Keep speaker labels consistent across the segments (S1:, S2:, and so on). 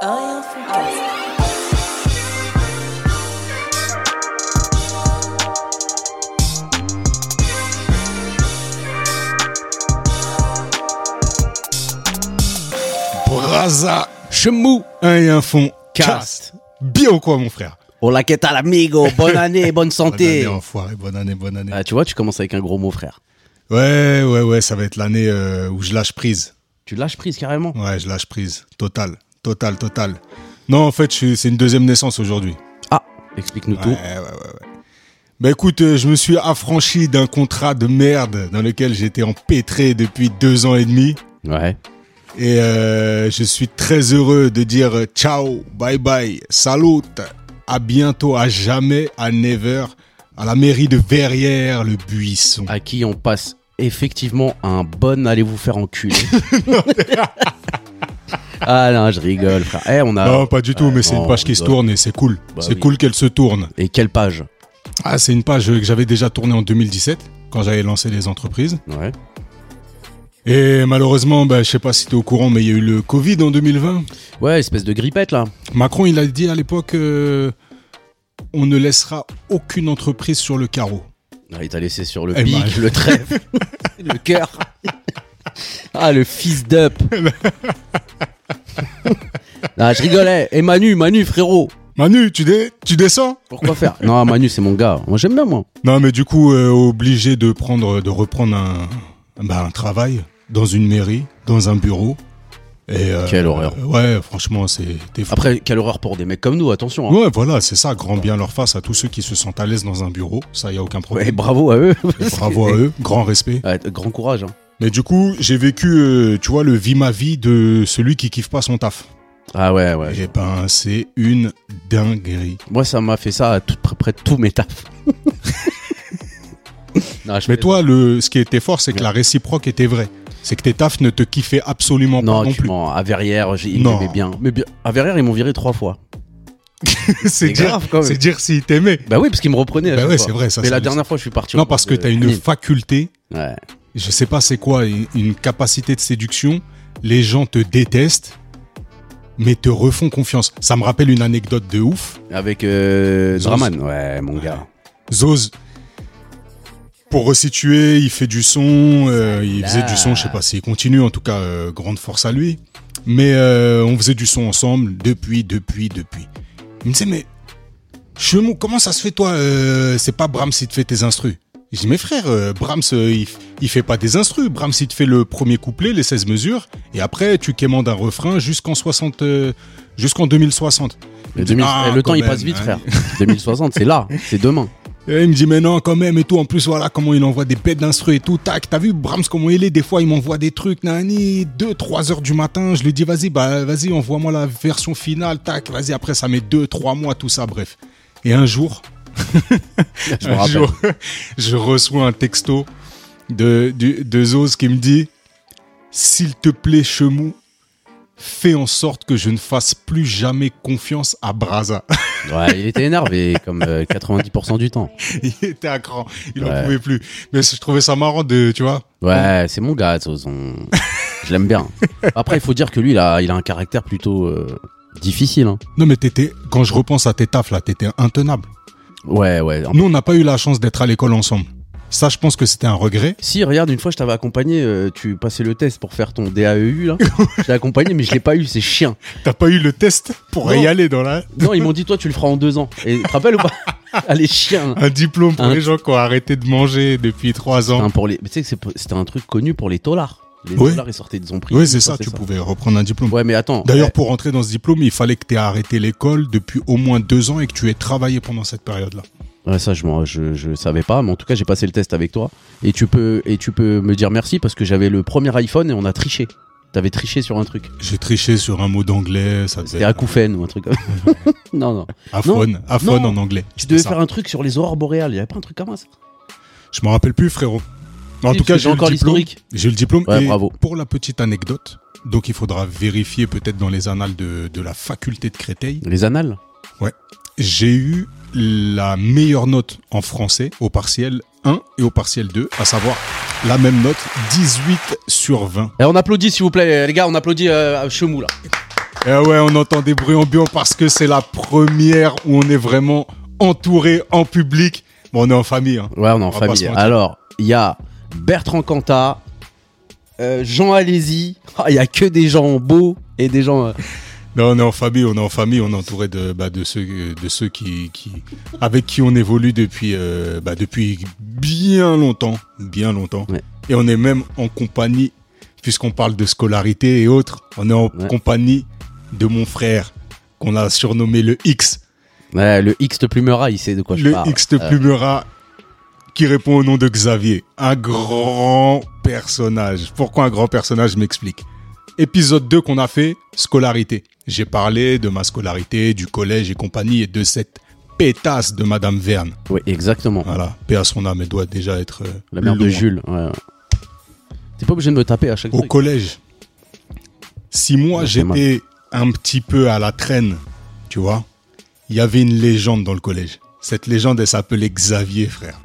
S1: Rien fantastique.
S2: Braza, Chemou, un et un fond, cast.
S3: Cast.
S2: Bien ou quoi, mon frère
S3: Hola, que tal, amigo Bonne année, bonne santé
S2: Bonne année, enfoiré, bonne année, bonne année.
S3: Ah, Tu vois, tu commences avec un gros mot, frère.
S2: Ouais, ouais, ouais, ça va être l'année euh, où je lâche prise.
S3: Tu lâches prise carrément.
S2: Ouais, je lâche prise. Total, total, total. Non, en fait, je suis- c'est une deuxième naissance aujourd'hui.
S3: Ah, explique-nous tout.
S2: Ouais, ouais, ouais, ouais. Bah écoute, euh, je me suis affranchi d'un contrat de merde dans lequel j'étais empêtré depuis deux ans et demi.
S3: Ouais.
S2: Et euh, je suis très heureux de dire euh, ciao, bye bye, salut, à bientôt, à jamais, à never, à la mairie de Verrières, le buisson.
S3: À qui on passe effectivement un bon allez vous faire enculer. ah non, je rigole, frère. Eh, on a.
S2: non, pas du tout,
S3: ouais,
S2: mais c'est
S3: non,
S2: une page qui se
S3: bah-
S2: tourne et c'est cool.
S3: Bah
S2: c'est
S3: oui.
S2: cool qu'elle se tourne.
S3: Et quelle page
S2: Ah, c'est une page euh, que j'avais déjà tournée en 2017, quand j'avais lancé les entreprises.
S3: Ouais.
S2: Et malheureusement, bah, je sais pas si tu es au courant, mais il y a eu le Covid en 2020.
S3: Ouais, espèce de grippette là.
S2: Macron, il a dit à l'époque, euh, on ne laissera aucune entreprise sur le carreau.
S3: Ah, il t'a laissé sur le
S2: Eh ben,
S3: pic, le trèfle, bah. le cœur. Ah, le fils d'up. Ah, je rigolais. Et Manu, Manu, frérot.
S2: Manu, tu, dé- tu descends
S3: Pourquoi faire Non, Manu, c'est mon gars. Moi, j'aime bien, moi.
S2: Non, mais du coup, euh, obligé de prendre, de reprendre un, bah, un travail dans une mairie, dans un bureau. Et, euh,
S3: Quelle horreur.
S2: euh, ouais, franchement, c'est t'es fou.
S3: Après, quelle horreur pour des mecs comme nous, attention. hein.
S2: Ouais, voilà, c'est ça. Grand bien leur face à tous ceux qui se sentent à l'aise dans un bureau. Ça, y a aucun
S3: Ouais,
S2: problème.
S3: bravo à eux.
S2: Et Bravo à eux, grand respect.
S3: Ouais, grand courage. hein.
S2: Mais du coup, j'ai vécu, euh, tu vois, le vie ma vie de celui qui kiffe pas son taf.
S3: Ah ouais, ouais.
S2: Et ben, c'est une dinguerie.
S3: Moi, ça m'a fait ça à tout, près, près de tous mes tafs. Non, je
S2: Mais
S3: plaisante.
S2: toi, le, ce qui était fort, c'est que la réciproque était vraie. C'est que tes tafs ne te kiffaient absolument
S3: Non,
S2: pas non
S3: tu
S2: plus.
S3: mens. À Verrières, j'ai- ils
S2: Non.
S3: m'aimaient bien. Mais bien, à Verrières, ils m'ont viré trois fois.
S2: c'est
S3: C'est
S2: dire,
S3: grave, quand même.
S2: C'est dire s'il t'aimait.
S3: Bah oui, parce qu'ils me reprenaient. à
S2: Bah
S3: chaque
S2: ouais,
S3: fois.
S2: c'est vrai, ça,
S3: Mais
S2: ça,
S3: la
S2: le-
S3: dernière fois, je suis parti. au
S2: Non,
S3: bout
S2: parce que
S3: de
S2: t'as une
S3: Nîmes.
S2: faculté,
S3: Ouais.
S2: je sais pas c'est quoi, une une capacité de séduction. Les gens te détestent, mais te refont confiance. Ça me rappelle une anecdote de ouf.
S3: Avec euh,
S2: Zouz.
S3: Draman, ouais,
S2: Ah,
S3: mon gars.
S2: Zoz, pour resituer, il fait du son, euh, il
S3: Là.
S2: faisait du son, je sais pas s'il continue, en tout cas, euh, grande force à lui. Mais euh, on faisait du son ensemble depuis, depuis, depuis. Il me disait, mais Chemou, comment ça se fait toi euh, C'est pas Brahms qui te fait tes instrus. Je dis, mais frère, euh, Brahms, euh, il, f- il fait pas des instrus. Brahms, il te fait le premier couplet, les 16 mesures, et après, tu quémandes un refrain jusqu'en 60, euh, jusqu'en 2060. Il
S3: Le,
S2: me dit,
S3: 2000
S2: Ah,
S3: eh, le
S2: quand
S3: temps, il
S2: même,
S3: passe vite,
S2: hein.
S3: frère. 2060, c'est là, c'est demain.
S2: Et il me dit, mais non, quand même, et tout. En plus, voilà comment il envoie des bêtes d'instru et tout. Tac, t'as vu Brahms, comment il est Des fois, il m'envoie des trucs, nani, 2, 3 heures du matin. Je lui dis, vas-y, bah, vas-y, envoie-moi la version finale, tac, vas-y. Après, ça met 2, 3 mois, tout ça, bref. Et un jour,
S3: Je me
S2: un
S3: rappelle.
S2: jour, je reçois un texto de, du- de Zoz qui me dit, s'il te plaît, Chemou, fais en sorte que je ne fasse plus jamais confiance à Braza.
S3: Ouais, il était énervé, comme euh, 90% du temps.
S2: il était à cran, il en
S3: Ouais.
S2: pouvait plus. Mais je trouvais ça marrant de, tu vois.
S3: Ouais, c'est mon gars, Zouz, on- Je l'aime bien. Après, il faut dire que lui, il a, il a un caractère plutôt euh, difficile. hein.
S2: Non, mais t'étais, quand je repense à tes tafs là, t'étais intenable.
S3: Ouais, ouais. En-
S2: Nous, on n'a pas eu la chance d'être à l'école ensemble. Ça, je pense que c'était un regret.
S3: Si, regarde, une fois, je t'avais accompagné, euh, tu passais le test pour faire ton DAEU, là. je t'ai accompagné, mais je l'ai pas eu, c'est chiant.
S2: T'as pas eu le test pour
S3: Non.
S2: y aller dans la,
S3: Non, ils m'ont dit, toi, tu le feras en deux ans. Et tu te rappelles ou pas Allez, chien.
S2: un diplôme pour
S3: Un-
S2: les gens qui ont arrêté de manger depuis trois ans.
S3: Hein, pour les... mais Tu sais que c'est pour- c'était un truc connu pour les taulards. Les
S2: Oui.
S3: taulards, ils sortaient de son prix.
S2: Oui, c'est ça, tu pouvais reprendre un diplôme.
S3: Ouais, mais attends.
S2: D'ailleurs,
S3: eh,
S2: pour rentrer dans ce diplôme, il fallait que t'aies arrêté l'école depuis au moins deux ans et que tu aies travaillé pendant cette période-là.
S3: ouais, ça, je, m'en- je, je savais pas, mais en tout cas, j'ai passé le test avec toi. Et tu peux, et tu peux me dire merci parce que j'avais le premier iPhone et on a triché. T'avais triché sur un truc.
S2: J'ai triché sur un mot d'anglais, ça
S3: C'était
S2: devait être
S3: acouphène ou un truc. comme- non, non.
S2: aphone, aphone
S3: non.
S2: en anglais.
S3: Tu
S2: C'était
S3: devais
S2: ça.
S3: faire un truc sur les aurores boréales. Il y avait pas un truc comme ça.
S2: Je m'en rappelle plus, frérot. En
S3: Si,
S2: tout
S3: parce
S2: cas,
S3: que
S2: j'ai eu le
S3: encore
S2: diplôme.
S3: l'historique.
S2: J'ai eu le diplôme.
S3: Ouais,
S2: et
S3: bravo.
S2: Pour la petite anecdote, donc il faudra vérifier peut-être dans les annales de, de la faculté de Créteil.
S3: Les annales.
S2: J'ai eu la meilleure note en français au partiel 1 et au partiel 2, à savoir la même note, 18 sur 20. Eh,
S3: Et on applaudit, s'il vous plaît, les gars. On applaudit euh, Chemou là.
S2: Eh ouais, on entend des bruits ambiants parce que c'est la première où on est vraiment entouré en public. Bon, on est en famille. hein.
S3: Ouais, on est en
S2: va pas
S3: famille.
S2: se mentir.
S3: Alors, il y a Bertrand Cantat, euh, Jean Alési. Ah, Il y a que des gens beaux et des gens. euh,
S2: Non, on est en famille, on est en famille, on est entouré de, bah, de ceux, de ceux qui, qui, avec qui on évolue depuis, euh, bah, depuis bien longtemps, bien longtemps.
S3: Ouais.
S2: Et on est même en compagnie, puisqu'on parle de scolarité et autres, on est en
S3: Ouais.
S2: compagnie de mon frère, qu'on a surnommé le X,
S3: ouais, le X de Plumera, il sait de quoi je
S2: le
S3: parle.
S2: X de
S3: Euh,
S2: Plumera, qui répond au nom de Xavier. Un grand personnage. Pourquoi un grand personnage Je m'explique. Épisode 2 qu'on a fait, scolarité. J'ai parlé de ma scolarité, du collège et compagnie, et de cette pétasse de Madame Verne.
S3: ouais, exactement.
S2: Voilà, paix à son âme, elle doit déjà être... euh,
S3: La mère de
S2: loin.
S3: Jules. ouais. T'es pas obligé de me taper à chaque
S2: Au
S3: truc.
S2: collège, si moi
S3: Ouais, c'est mal.
S2: j'étais un petit peu à la traîne, tu vois, il y avait une légende dans le collège. Cette légende, elle s'appelait Xavier, frère.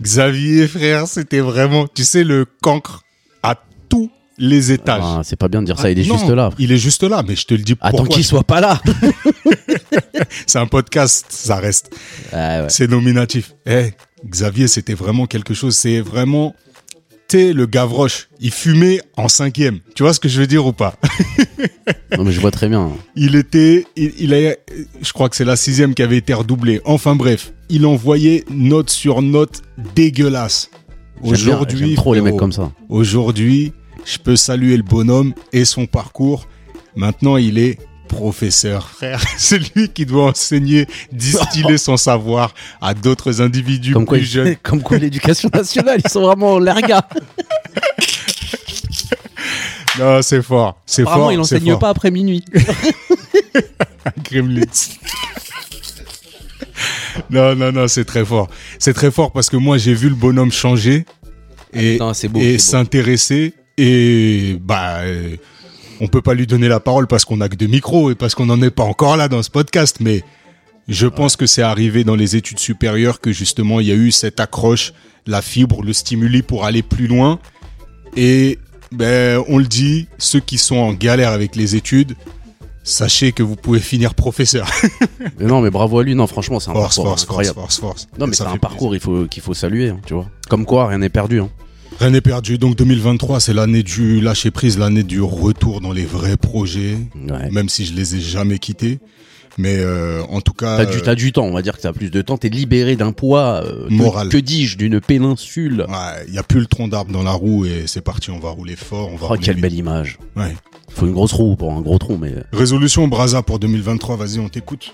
S2: Xavier, frère, c'était vraiment, tu sais, le cancre à tous les étages.
S3: Ah, c'est pas bien de dire ça, il est
S2: Ah, non,
S3: juste là.
S2: Il est juste là, mais je te le dis
S3: Attends
S2: pourquoi.
S3: qu'il soit pas là.
S2: C'est un podcast, ça reste.
S3: Ah ouais.
S2: C'est nominatif. Eh, Xavier, c'était vraiment quelque chose. C'est vraiment. T'es le Gavroche. Il fumait en cinquième. Tu vois ce que je veux dire ou pas
S3: Non, mais je vois très bien.
S2: Il était, il, il a, je crois que c'est la sixième qui avait été redoublée. Enfin bref, il envoyait note sur note dégueulasse.
S3: J'aime bien- j'aime
S2: Aujourd'hui,
S3: trop les mecs
S2: frérot,
S3: comme ça.
S2: Aujourd'hui, je peux saluer le bonhomme et son parcours. Maintenant, il est professeur, frère. C'est lui qui doit enseigner, distiller son savoir à d'autres individus
S3: Comme quoi,
S2: plus jeunes.
S3: comme quoi l'éducation nationale, ils sont vraiment l'erga.
S2: Non, c'est fort, c'est fort.
S3: Apparemment, il
S2: c'est
S3: enseigne
S2: fort.
S3: pas après minuit.
S2: Gremlins. non, non, non, c'est très fort. C'est très fort parce que moi, j'ai vu le bonhomme changer et,
S3: putain, c'est beau,
S2: et
S3: c'est beau.
S2: s'intéresser. Et bah, euh, on peut pas lui donner la parole parce qu'on a que deux micros et parce qu'on n'en est pas encore là dans ce podcast. Mais je pense que c'est arrivé dans les études supérieures que justement, il y a eu cette accroche, la fibre, le stimuli pour aller plus loin. Et ben, on le dit, ceux qui sont en galère avec les études, sachez que vous pouvez finir professeur.
S3: Mais non, mais bravo à lui. Non, franchement, c'est un
S2: Force,
S3: parcours
S2: force, force,
S3: incroyable.
S2: force, force.
S3: Non, mais
S2: Ça
S3: c'est un
S2: fait
S3: parcours il faut, qu'il faut saluer, hein, tu vois. Comme quoi, rien n'est perdu. hein.
S2: plaisir. Rien n'est perdu. Donc 2023, c'est l'année du lâcher prise, l'année du retour dans les vrais projets,
S3: Ouais.
S2: même si je les ai jamais quittés. Mais euh, en tout cas,
S3: T'as du,
S2: euh,
S3: t'as du temps, on va dire que t'as plus de temps, t'es libéré d'un poids, euh, de-
S2: Moral.
S3: que dis-je, d'une péninsule.
S2: ouais, il n'y a plus le tronc d'arbre dans la roue et c'est parti, on va rouler fort, on va
S3: Oh,
S2: rouler
S3: quelle
S2: vite.
S3: belle image.
S2: Ouais.
S3: Faut une grosse roue pour un gros tronc, mais.
S2: Résolution Brasa pour 2023, vas-y, on t'écoute.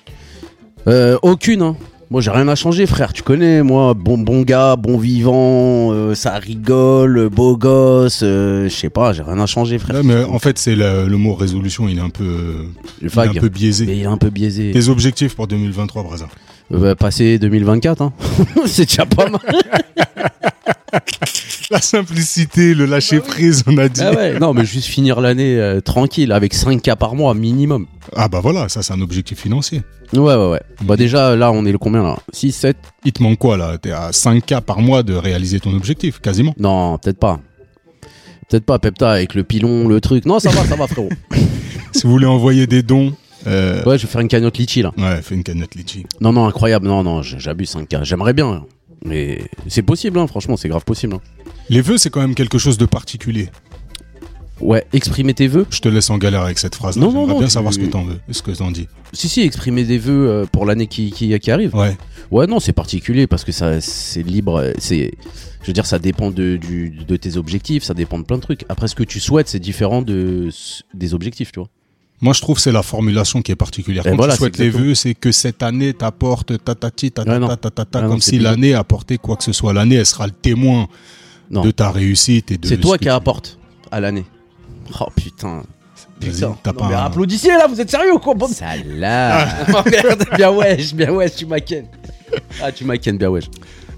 S3: Euh, aucune, hein. Moi, j'ai rien à changer, frère. Tu connais, moi, bon, bon gars, bon vivant, euh, ça rigole, euh, beau gosse. euh, Je sais pas, j'ai rien à changer, frère.
S2: Ouais, mais en fait, c'est le, le mot résolution, il est un peu, euh,
S3: Le
S2: il est un
S3: vague.
S2: peu biaisé.
S3: Mais il est un peu biaisé.
S2: Tes objectifs pour 2023, Braza
S3: Euh, bah, passer 2024, hein. c'est déjà pas mal.
S2: La simplicité, le lâcher prise, on a dit.
S3: Ah ouais, non, mais juste finir l'année euh, tranquille avec 5 cas par mois minimum.
S2: Ah bah voilà, ça c'est un objectif financier.
S3: Ouais, ouais, ouais. Bah, déjà, là, on est le combien là 6, 7
S2: Il te manque quoi là T'es à 5K par mois de réaliser ton objectif, quasiment.
S3: Non, peut-être pas. Peut-être pas, Pepta, avec le pilon, le truc. Non, ça va, ça va, frérot.
S2: si vous voulez envoyer des dons, euh,
S3: Ouais, je vais faire une cagnotte litchi là.
S2: ouais, fais une canette litchi.
S3: Non, non, incroyable. Non, non, j- j'abuse 5K. J'aimerais bien. hein. Mais c'est possible, hein, franchement, c'est grave possible. hein.
S2: Les vœux, c'est quand même quelque chose de particulier.
S3: Ouais, exprimer tes vœux.
S2: Je te laisse en galère avec cette phrase.
S3: Non, non, non,
S2: bien
S3: tu-
S2: savoir ce que t'en veux, ce que t'en dis.
S3: Si, si, exprimer des vœux euh, pour l'année qui, qui, qui arrive.
S2: Ouais.
S3: Ouais, non, c'est particulier parce que ça, c'est libre. euh, C'est, je veux dire, ça dépend de, du- de tes objectifs, ça dépend de plein de trucs. Après, ce que tu souhaites, c'est différent de, s- des objectifs, tu vois.
S2: Moi, je trouve que c'est la formulation qui est particulière.
S3: Et
S2: Quand
S3: voilà,
S2: tu souhaites
S3: c'est
S2: les
S3: exactement.
S2: vœux, c'est que cette année t'apporte tatati,
S3: Ouais, non.
S2: tatata, tatata,
S3: Ouais, non,
S2: comme
S3: c'est
S2: si
S3: bizarre.
S2: l'année apportait quoi que ce soit. L'année, elle sera le témoin
S3: Non.
S2: de ta réussite et de.
S3: C'est
S2: ce
S3: toi
S2: que
S3: qui apporte à l'année. Oh putain.
S2: tu- Vas-y,
S3: Putain.
S2: t'as
S3: Non,
S2: pas
S3: mais
S2: un-
S3: applaudissez là, vous êtes sérieux ou quoi Bon- Oh, merde, bien wesh, bien wesh, tu m'ackennes. Ah, tu m'ackennes, bien wesh.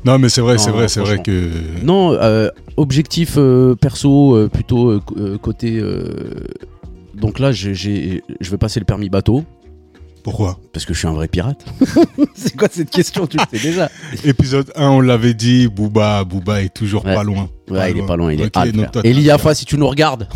S2: Non, mais c'est vrai,
S3: Non,
S2: c'est vrai, c'est vrai
S3: franchement.
S2: que.
S3: Non, euh, objectif euh, perso, euh, plutôt euh, co- euh, côté. euh, donc là, j'ai- j'ai- je vais passer le permis bateau.
S2: Pourquoi
S3: Parce que je suis un vrai pirate. c'est quoi cette question Tu le sais déjà.
S2: Épisode 1, on l'avait dit, Booba, Booba est toujours
S3: Ouais.
S2: pas loin.
S3: Ouais, il est pas loin, il est
S2: Ah, Ok,
S3: hâte,
S2: donc
S3: frère.
S2: toi, t'as-
S3: Et l'IAFA, si tu nous regardes.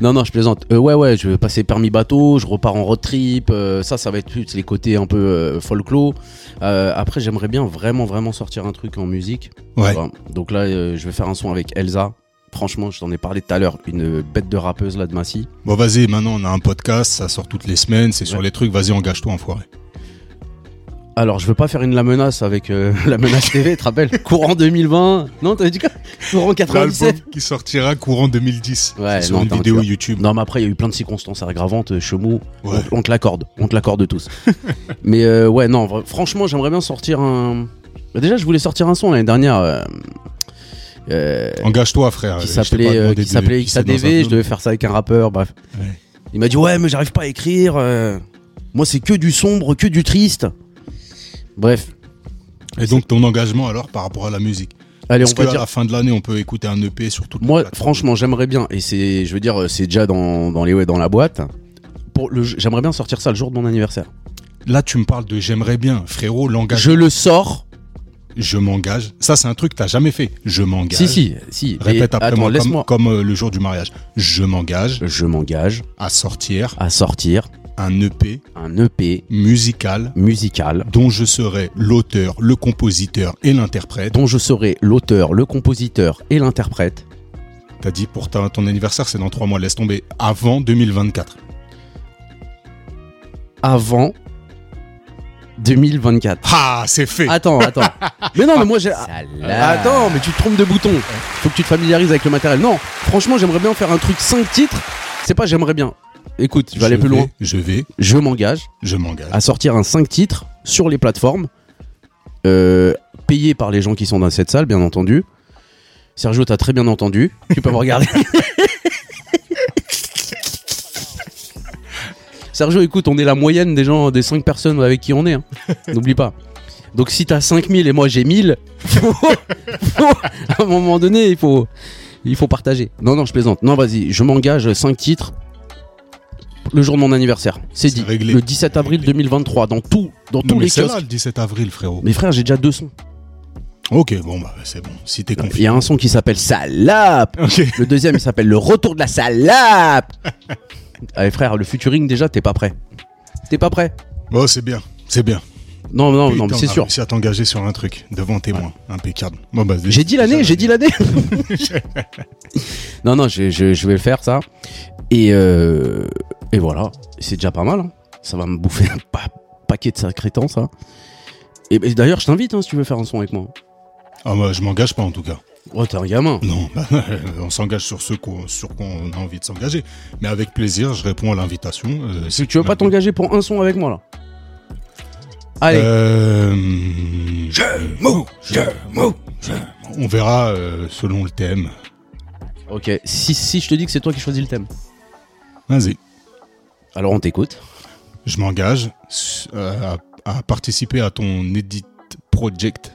S3: Non, non, je plaisante. Euh, ouais, ouais, je vais passer permis bateau, je repars en road trip. euh, ça, ça va être plus les côtés un peu euh, folklore. Euh, après, j'aimerais bien vraiment, vraiment sortir un truc en musique.
S2: Ouais.
S3: Voilà. Donc là, euh, je vais faire un son avec Elsa. Franchement, je t'en ai parlé tout à l'heure. Une bête de rappeuse là de Massy.
S2: Bon, vas-y, maintenant on a un podcast, ça sort toutes les semaines, c'est sur
S3: Ouais.
S2: les trucs, vas-y, engage-toi, enfoiré.
S3: Alors, je veux pas faire une la menace avec euh, la menace TV, tu te rappelles Courant 2020. Non, t'avais dit quoi Courant 97.
S2: L'album qui sortira courant 2010.
S3: Ouais,
S2: C'est sur
S3: non,
S2: une
S3: t'as-
S2: vidéo
S3: tu
S2: YouTube.
S3: Non, mais après, il y a eu plein de circonstances aggravantes, euh, Chemou.
S2: Ouais.
S3: On, on te l'accorde. On te l'accorde tous. mais euh, ouais, non, vra- franchement, j'aimerais bien sortir un. Bah, déjà, je voulais sortir un son l'année dernière. euh, euh,
S2: Engage-toi, frère.
S3: qui
S2: Je t'ai pas
S3: s'appelait euh,
S2: demandé
S3: qui
S2: de
S3: s'appelait
S2: pisser dans un
S3: XADV, je
S2: blog.
S3: devais faire ça avec un rappeur, bref.
S2: Ouais.
S3: Il m'a dit ouais mais j'arrive pas à écrire, euh, moi c'est que du sombre, que du triste. Bref,
S2: Et donc ton engagement alors par rapport à la musique
S3: allez
S2: Est-ce
S3: on va
S2: qu'à
S3: dire.
S2: la fin de l'année on peut écouter un EP sur toute
S3: Moi franchement j'aimerais bien et c'est je veux dire euh, c'est déjà dans, dans les ouais, dans la boîte. Pour le j'aimerais bien sortir ça le jour de mon anniversaire.
S2: Là tu me parles de j'aimerais bien, frérot, l'engagement.
S3: Je le sors.
S2: Je, m'engage. Ça c'est un truc que t'as jamais fait. Je m'engage.
S3: Si si si. Et
S2: Répète après
S3: attends,
S2: moi, comme-
S3: laisse-moi.
S2: comme, euh, le jour du mariage. Je m'engage
S3: Je m'engage
S2: à sortir
S3: à sortir
S2: un EP
S3: un EP
S2: musical
S3: musical
S2: dont je serai l'auteur, le compositeur et l'interprète.
S3: dont je serai l'auteur, le compositeur et l'interprète.
S2: T'as dit pour ta- ton anniversaire c'est dans trois mois, laisse tomber. Avant 2024.
S3: avant 2024.
S2: Ah c'est fait.
S3: Attends, attends. Mais
S2: Ah,
S3: non, mais moi j'ai. Attends, mais tu te trompes de bouton. Faut que tu te familiarises avec le matériel. Non, franchement, j'aimerais bien faire un truc 5 titres. C'est pas j'aimerais bien. Écoute, je vais aller plus loin. Ah,
S2: Je vais,
S3: Je m'engage
S2: je m'engage.
S3: à sortir un 5 titres sur les plateformes, euh, payé par les gens qui sont dans cette salle, bien entendu. Sergio, t'as très bien entendu. Tu peux me regarder. Sergio, écoute, on est la moyenne des gens, des 5 personnes avec qui on est. hein. N'oublie pas. Donc si t'as 5000 et moi j'ai 1000, faut- faut- à un moment donné, il faut, il faut partager. Non, non, je plaisante. Non, vas-y, je m'engage 5 titres le jour de mon anniversaire. C'est
S2: C'est
S3: dit.
S2: réglé.
S3: Le 17 avril
S2: Réglé.
S3: 2023, dans, tout, dans
S2: Non,
S3: tous
S2: mais
S3: les
S2: c'est
S3: kiosques.
S2: là le 17 avril frérot.
S3: Mes frères, j'ai déjà deux sons.
S2: Ok bon bah c'est bon. Si t'es
S3: Il y
S2: confiant.
S3: a un son qui s'appelle Salope.
S2: Ok.
S3: Le deuxième, il s'appelle Le Retour de la Salope. Allez, frère, le featuring, déjà, t'es pas prêt. T'es pas prêt
S2: Bon, Oh, c'est bien, c'est bien.
S3: Non, non, non, mais
S2: Putain,
S3: c'est
S2: t'as
S3: sûr.
S2: réussi à t'engager sur un truc devant témoin, impeccable. Bon, bah,
S3: J'ai dit l'année, j'ai dit l'année. non, non, je, je- je vais le faire, ça. Et, euh, et voilà, c'est déjà pas mal. hein. Ça va me bouffer un pa- paquet de sacré temps, ça. Et, et d'ailleurs, je t'invite, hein, si tu veux faire un son avec moi.
S2: Ah, bah, je m'engage pas en tout cas.
S3: Oh, t'es un gamin.
S2: Non, bah, on s'engage sur ce qu'on, sur quoi on a envie de s'engager. Mais avec plaisir, je réponds à l'invitation. euh,
S3: Si tu veux pas t'engager pour un son avec moi, là. Allez.
S2: Euh, mou, je mou, je mou. On verra euh, selon le thème.
S3: Ok, si, si je te dis que c'est toi qui choisis le thème.
S2: Vas-y.
S3: Alors on t'écoute.
S2: Je m'engage s- euh, à, à participer à ton edit project,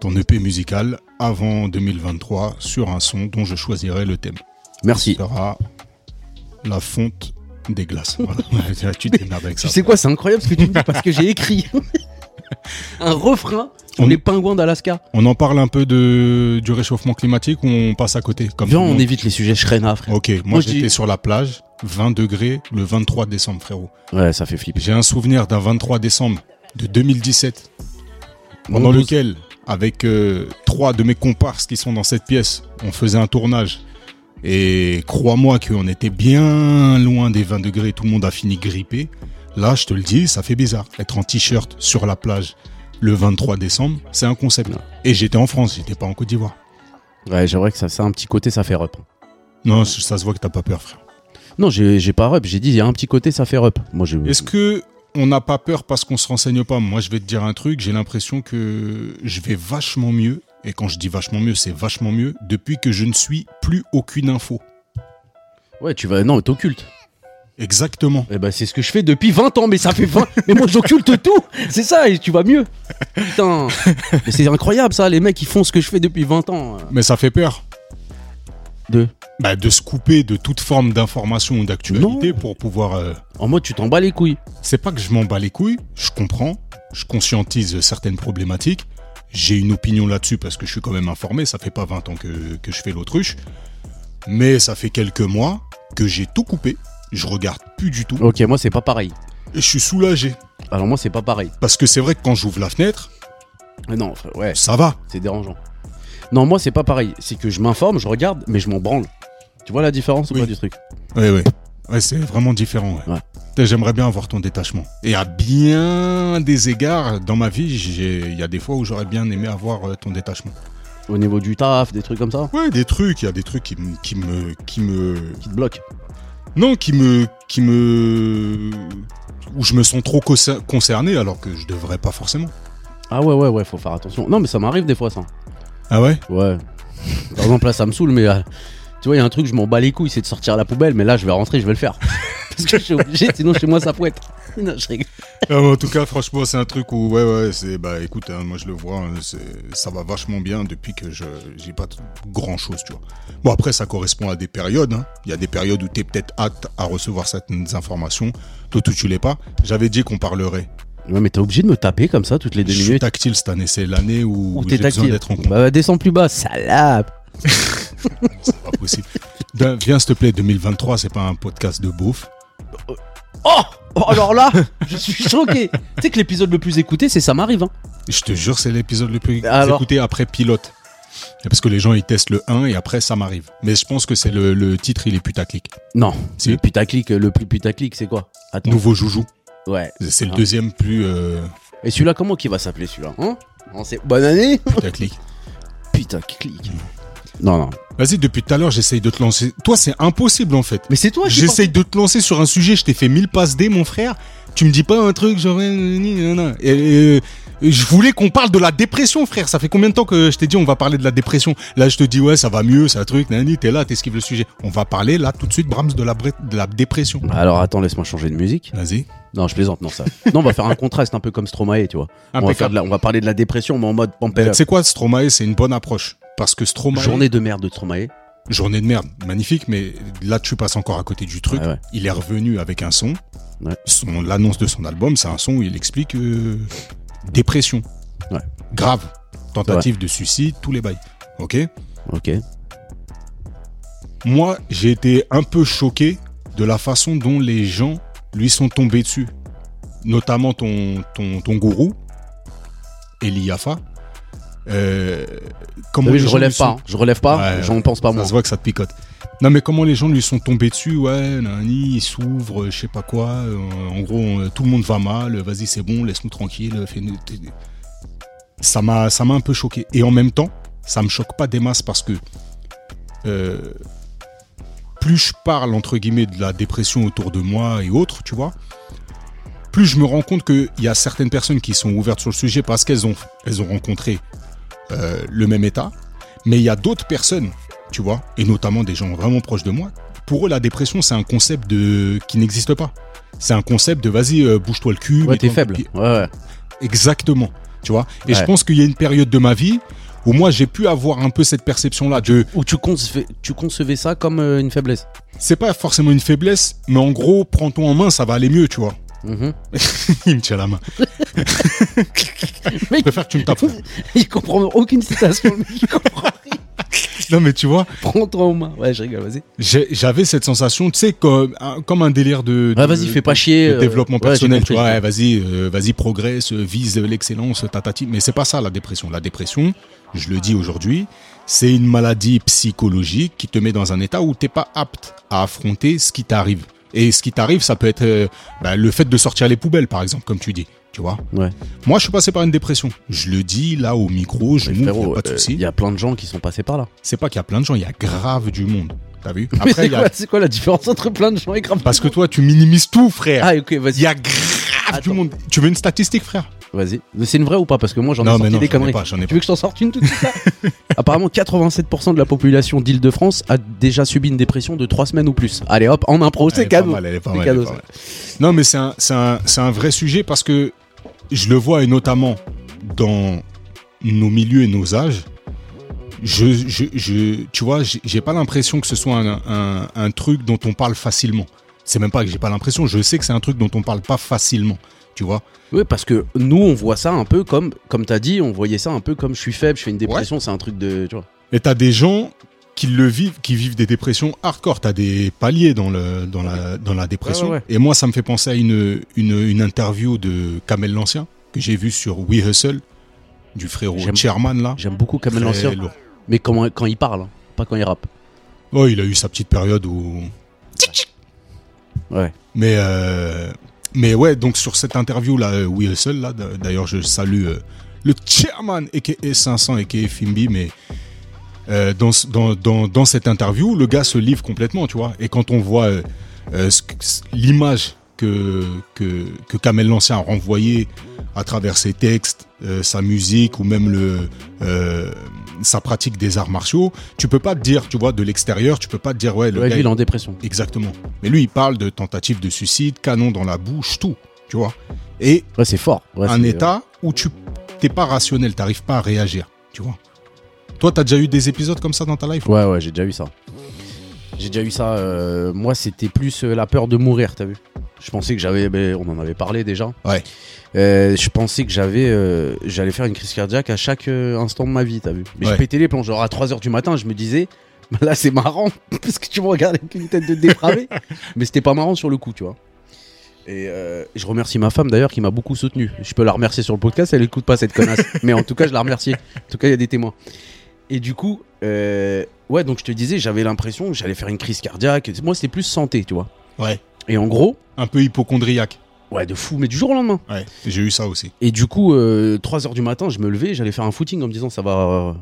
S2: ton EP musical, avant 2023 sur un son dont je choisirai le thème.
S3: Merci.
S2: sera la fonte des glaces. Voilà. Ouais, tu te démerdes avec ça.
S3: Tu sais quoi, c'est incroyable ce que tu me dis parce que j'ai écrit un refrain sur
S2: On-
S3: les pingouins d'Alaska.
S2: On en parle un peu de, du réchauffement climatique ou on passe à côté comme
S3: Viens,
S2: tout le
S3: on
S2: monde
S3: évite les sujets Shrena, frère.
S2: Ok, moi,
S3: Moi, je
S2: j'étais
S3: dis-
S2: sur la plage, 20 degrés, le 23 décembre, frérot.
S3: Ouais, ça fait flipper.
S2: J'ai un souvenir d'un 23 décembre de 2017, pendant
S3: Mon
S2: lequel, avec euh, trois de mes comparses qui sont dans cette pièce, on faisait un tournage. Et crois-moi qu'on était bien loin des 20 degrés, tout le monde a fini grippé. Là, je te le dis, ça fait bizarre. Être en t-shirt sur la plage le 23 décembre, c'est un concept.
S3: Non.
S2: Et j'étais en France, j'étais pas en Côte d'Ivoire.
S3: Ouais, j'aimerais que ça, ça a un petit côté, ça fait rep. hein.
S2: Non, ça se voit que t'as pas peur, frère.
S3: Non, j'ai j'ai pas rep, j'ai dit il y a un petit côté, ça fait rep. Moi, je...
S2: Est-ce que on n'a pas peur parce qu'on se renseigne pas Moi, je vais te dire un truc. J'ai l'impression que je vais vachement mieux. Et quand je dis vachement mieux, c'est vachement mieux depuis que je ne suis plus aucune info.
S3: Ouais, tu vas. Non, mais t'occultes.
S2: Exactement.
S3: Eh ben, c'est ce que je fais depuis 20 ans, mais ça fait 20. mais moi, j'occulte tout C'est ça, et tu vas mieux. Putain. Mais c'est incroyable, ça, les mecs, ils font ce que je fais depuis 20 ans. euh.
S2: Mais ça fait peur.
S3: De
S2: Bah, de se couper de toute forme d'information ou d'actualité pour pouvoir. euh,
S3: En mode, tu t'en bats les couilles.
S2: C'est pas que je m'en bats les couilles. Je comprends. Je conscientise certaines problématiques. J'ai une opinion là-dessus parce que je suis quand même informé. Ça fait pas 20 ans que, que je fais l'autruche. Mais ça fait quelques mois que j'ai tout coupé. Je regarde plus du tout.
S3: Ok, moi c'est pas pareil.
S2: Et je suis soulagé.
S3: Alors moi c'est pas pareil.
S2: Parce que c'est vrai que quand j'ouvre la fenêtre,
S3: Ah Non, enfin, ouais,
S2: ça va.
S3: c'est dérangeant. Non, moi c'est pas pareil. C'est que je m'informe, je regarde, mais je m'en branle. Tu vois la différence ou
S2: Oui.
S3: pas du truc
S2: Ouais, ouais. Ouais, c'est vraiment différent. ouais.
S3: Ouais.
S2: Putain, J'aimerais bien avoir ton détachement. Et à bien des égards, dans ma vie, j'ai- il y a des fois où j'aurais bien aimé avoir euh, ton détachement.
S3: Au niveau du taf, des trucs comme ça
S2: Ouais, des trucs, il y a des trucs qui me, qui me, qui me,
S3: qui te bloquent.
S2: non, qui me, qui me, où je me sens trop concer- concerné alors que je devrais pas forcément.
S3: Ah ouais, ouais, ouais, faut faire attention. Non, mais ça m'arrive des fois ça.
S2: Ah ouais
S3: Ouais. Par exemple, là, ça me saoule, mais euh, tu vois, il y a un truc, je m'en bats les couilles, c'est de sortir à la poubelle, mais là, je vais rentrer, je vais le faire. Parce que je suis obligé, sinon chez moi, ça poète. Non, je rigole.
S2: Ah, En tout cas, franchement, c'est un truc où, ouais, ouais, c'est, bah, écoute, hein, moi je le vois, hein, c'est- ça va vachement bien depuis que je j'ai pas grand chose, tu vois. Bon, après, ça correspond à des périodes. hein. Il y a des périodes où tu es peut-être apte à recevoir certaines informations, d'autres où tu l'es pas. J'avais dit qu'on parlerait.
S3: Ouais, mais t'es obligé de me taper comme ça toutes les
S2: Je
S3: deux
S2: suis
S3: minutes.
S2: tactile cette année, c'est l'année où,
S3: Ou
S2: j'ai
S3: t'es
S2: besoin
S3: tactile.
S2: d'être en contact.
S3: Bah, descends plus bas, salope.
S2: C'est pas possible. Ben, viens, s'il te plaît, 2023, c'est pas un podcast de beauf.
S3: Oh Oh, Alors là, je suis choqué. tu sais que l'épisode le plus écouté, c'est ça m'arrive. Hein.
S2: Je te jure, c'est l'épisode le plus
S3: Alors
S2: écouté après Pilote. Et Parce que les gens ils testent le 1 et après ça m'arrive. Mais je pense que c'est le, le titre, il est putaclic.
S3: Non,
S2: Si.
S3: le putaclic, le plus putaclic, c'est quoi Attends.
S2: Nouveau joujou.
S3: Ouais.
S2: C'est le
S3: Ah.
S2: deuxième plus euh,
S3: Et celui-là, comment qu'il va s'appeler celui-là hein On sait- Bonne année
S2: putaclic.
S3: Putaclic. Non, non.
S2: Vas-y, depuis tout à l'heure, j'essaye de te lancer. Toi, c'est impossible en fait.
S3: Mais c'est toi qui.
S2: J'essaye de te lancer sur un sujet, je t'ai fait 1000 passes D, mon frère. Tu me dis pas un truc genre. euh, ni, ni, ni. Et, euh, je voulais qu'on parle de la dépression, frère. Ça fait combien de temps que je t'ai dit on va parler de la dépression Là, je te dis, ouais, ça va mieux, ça truc, nani, t'es là, t'esquives le sujet. On va parler là tout de suite, Brahms, de la, bré- de la dépression.
S3: Bah Alors attends, laisse-moi changer de musique.
S2: Vas-y.
S3: Non, je plaisante, non ça. Non, on va faire un contraste un peu comme Stromae, tu vois. On va,
S2: Impeccable.
S3: faire de la- on va parler de la dépression, mais en mode pump it
S2: Tu
S3: up.
S2: sais quoi, Stromae, c'est une bonne approche. Parce que Stromae.
S3: Journée de merde de Stromae.
S2: Journée de merde, magnifique, mais là tu passes encore à côté du truc.
S3: Ah Ouais, ouais.
S2: Il est revenu avec un son.
S3: Ouais.
S2: Son- L'annonce de son album, c'est un son où il explique euh, dépression.
S3: Ouais.
S2: Grave. Tentative de suicide, tous les bails. Ok
S3: Ok.
S2: Moi, j'ai été un peu choqué de la façon dont les gens lui sont tombés dessus. Notamment ton, ton, ton gourou, Eli Yaffa. Euh, comment
S3: Oui,
S2: les
S3: je
S2: gens lui
S3: relève
S2: sont-
S3: pas. hein. Je relève pas.
S2: Ouais,
S3: J'en pense pas
S2: ça
S3: moi.
S2: se voit que ça te picote. Non, mais comment les gens lui sont tombés dessus Ouais, nani, il s'ouvre, euh, je sais pas quoi. euh, En gros, euh, tout le monde va mal. euh, Vas-y, c'est bon, laisse-nous tranquille. euh, fais-nous- t- t- Ça m'a, ça m'a un peu choqué. Et en même temps, ça me choque pas des masses parce que euh, plus je parle entre guillemets de la dépression autour de moi et autres, tu vois, plus je me rends compte qu'il y a certaines personnes qui sont ouvertes sur le sujet parce qu'elles ont, elles ont rencontré euh, le même état. Mais il y a d'autres personnes, tu vois, et notamment des gens vraiment proches de moi. Pour eux, la dépression, c'est un concept de qui n'existe pas. C'est un concept de vas-y, euh, bouge-toi le cul.
S3: Ouais,
S2: mets-toi
S3: t'es
S2: un
S3: faible.
S2: coup de pied.
S3: Ouais, ouais.
S2: Exactement. Tu vois Et je
S3: Ouais.
S2: pense qu'il y a une période de ma vie où moi, j'ai pu avoir un peu cette perception-là de
S3: Ou tu concevais, tu concevais ça comme euh, une faiblesse.
S2: c'est pas forcément une faiblesse, mais en gros, prends-toi en main, ça va aller mieux, tu vois.
S3: Mhm.
S2: Il me tient la main. je préfère que tu me tapes.
S3: Il comprend aucune citation, mais il comprend.
S2: Non, mais tu vois,
S3: Prends-toi en main. Ouais, je rigole, vas-y.
S2: j'ai- j'avais cette sensation, tu sais, comme, un- comme un délire de.
S3: Ouais,
S2: de-
S3: vas-y, fais pas chier.
S2: Le
S3: euh,
S2: développement
S3: ouais, j'ai
S2: personnel, tu
S3: compris.
S2: vois, ouais, vas-y, euh, vas-y, progresse, euh, vise l'excellence, tatati. Mais c'est pas ça la dépression. La dépression, je le dis aujourd'hui, c'est une maladie psychologique qui te met dans un état où t'es pas apte à affronter ce qui t'arrive. Et ce qui t'arrive, ça peut être euh, bah, le fait de sortir les poubelles, par exemple, comme tu dis. Tu vois.
S3: Ouais.
S2: Moi, je suis passé par une dépression. Je le dis là au micro, je
S3: Mais
S2: m'ouvre, y a
S3: frérot,
S2: pas de
S3: euh,
S2: souci.
S3: il y a plein de gens qui sont passés par là.
S2: C'est pas qu'il y a plein de gens, il y a grave du monde. T'as vu
S3: Mais
S2: Après,
S3: c'est
S2: il y a-
S3: quoi, c'est quoi la différence entre plein de gens et grave
S2: parce que toi, tu minimises tout, frère.
S3: Ah, ok,
S2: Il y
S3: vas-y.
S2: a grave du
S3: Attends.
S2: monde. Tu veux une statistique, frère
S3: Vas-y. Mais C'est une vraie ou pas Parce que moi j'en ai
S2: Non,
S3: sorti
S2: mais non,
S3: des
S2: j'en ai
S3: conneries.
S2: pas, j'en ai
S3: tu veux que je t'en sorte une tout de suite là Apparemment 87% de la population d'Île-de-France a déjà subi une dépression de 3 semaines ou plus. Allez hop, en impro,
S2: Elle
S3: Oh, c'est
S2: est pas
S3: cadeau.
S2: mal, elle est pas
S3: C'est
S2: mal, elle est
S3: cadeau,
S2: pas
S3: ça.
S2: mal. Non, mais c'est un, c'est un- c'est un vrai sujet parce que je le vois et notamment dans nos milieux et nos âges. Je, je, je- tu vois, j'ai j'ai pas l'impression que ce soit un, un- un truc dont on parle facilement. C'est même pas que j'ai pas l'impression, je sais que c'est un truc dont on parle pas facilement. Tu vois
S3: Oui, parce que nous on voit ça un peu comme, comme t'as dit, on voyait ça un peu comme je suis faible, je fais une dépression, c'est un truc de. Tu vois.
S2: Et t'as des gens qui le vivent, qui vivent des dépressions hardcore. T'as des paliers dans le dans la dans la dépression.
S3: Ouais, ouais, ouais.
S2: Et moi, ça me fait penser à une une, une interview de Kamel l'Ancien que j'ai vue sur We Hustle du frérot
S3: J'aime-
S2: Sherman là.
S3: J'aime beaucoup
S2: Très
S3: Kamel Lancien,
S2: lourd.
S3: mais quand, quand il parle, hein, pas quand il rappe.
S2: Oh, il a eu sa petite période où.
S3: Ouais.
S2: Mais euh, mais ouais, donc sur cette interview là, euh, We Hustle là, d- d'ailleurs je salue euh, le chairman aka 500 aka Fimbi, mais euh, dans, ce- dans, dans, dans cette interview, le gars se livre complètement, tu vois. Et quand on voit euh, euh, ce que- ce- l'image que, que, que Kamel Lancien a renvoyée à travers ses textes, euh, sa musique ou même le, euh, sa pratique des arts martiaux, tu peux pas te dire, tu vois, de l'extérieur, tu peux pas te dire, ouais, le
S3: Ouais,
S2: gars,
S3: lui, il est en dépression.
S2: Exactement. Mais lui, il parle de tentative de suicide, canon dans la bouche, tout, tu vois. Et
S3: Ouais, c'est fort. Ouais,
S2: un
S3: c'est-
S2: état où tu t'es pas rationnel, t'arrives pas à réagir, tu vois. Toi, t'as déjà eu des épisodes comme ça dans ta life
S3: Ouais, ouais, j'ai déjà eu ça. J'ai déjà eu ça. euh, moi, c'était plus euh, la peur de mourir, t'as vu Je pensais que j'avais. ben, on en avait parlé déjà.
S2: Ouais.
S3: Euh, je pensais que j'avais. euh, J'allais faire une crise cardiaque à chaque euh, instant de ma vie, t'as vu Mais
S2: Ouais.
S3: je pétais les plombs. Genre à 3h du matin, je me disais. bah Là, c'est marrant, parce que tu me regardes avec une tête de dépravé. Mais c'était pas marrant sur le coup, tu vois. Et euh, je remercie ma femme d'ailleurs qui m'a beaucoup soutenu. Je peux la remercier sur le podcast, elle écoute pas cette connasse. Mais en tout cas, je la remercie. En tout cas, il y a des témoins. Et du coup, euh, ouais, donc je te disais, j'avais l'impression que j'allais faire une crise cardiaque. Moi, c'était plus santé, tu vois.
S2: Ouais.
S3: Et en gros,
S2: Un peu hypochondriaque.
S3: ouais, de fou, mais du jour au lendemain.
S2: Ouais. J'ai eu ça aussi.
S3: Et du coup, 3h du matin, je me levais, j'allais faire un footing en me disant, ça va. euh,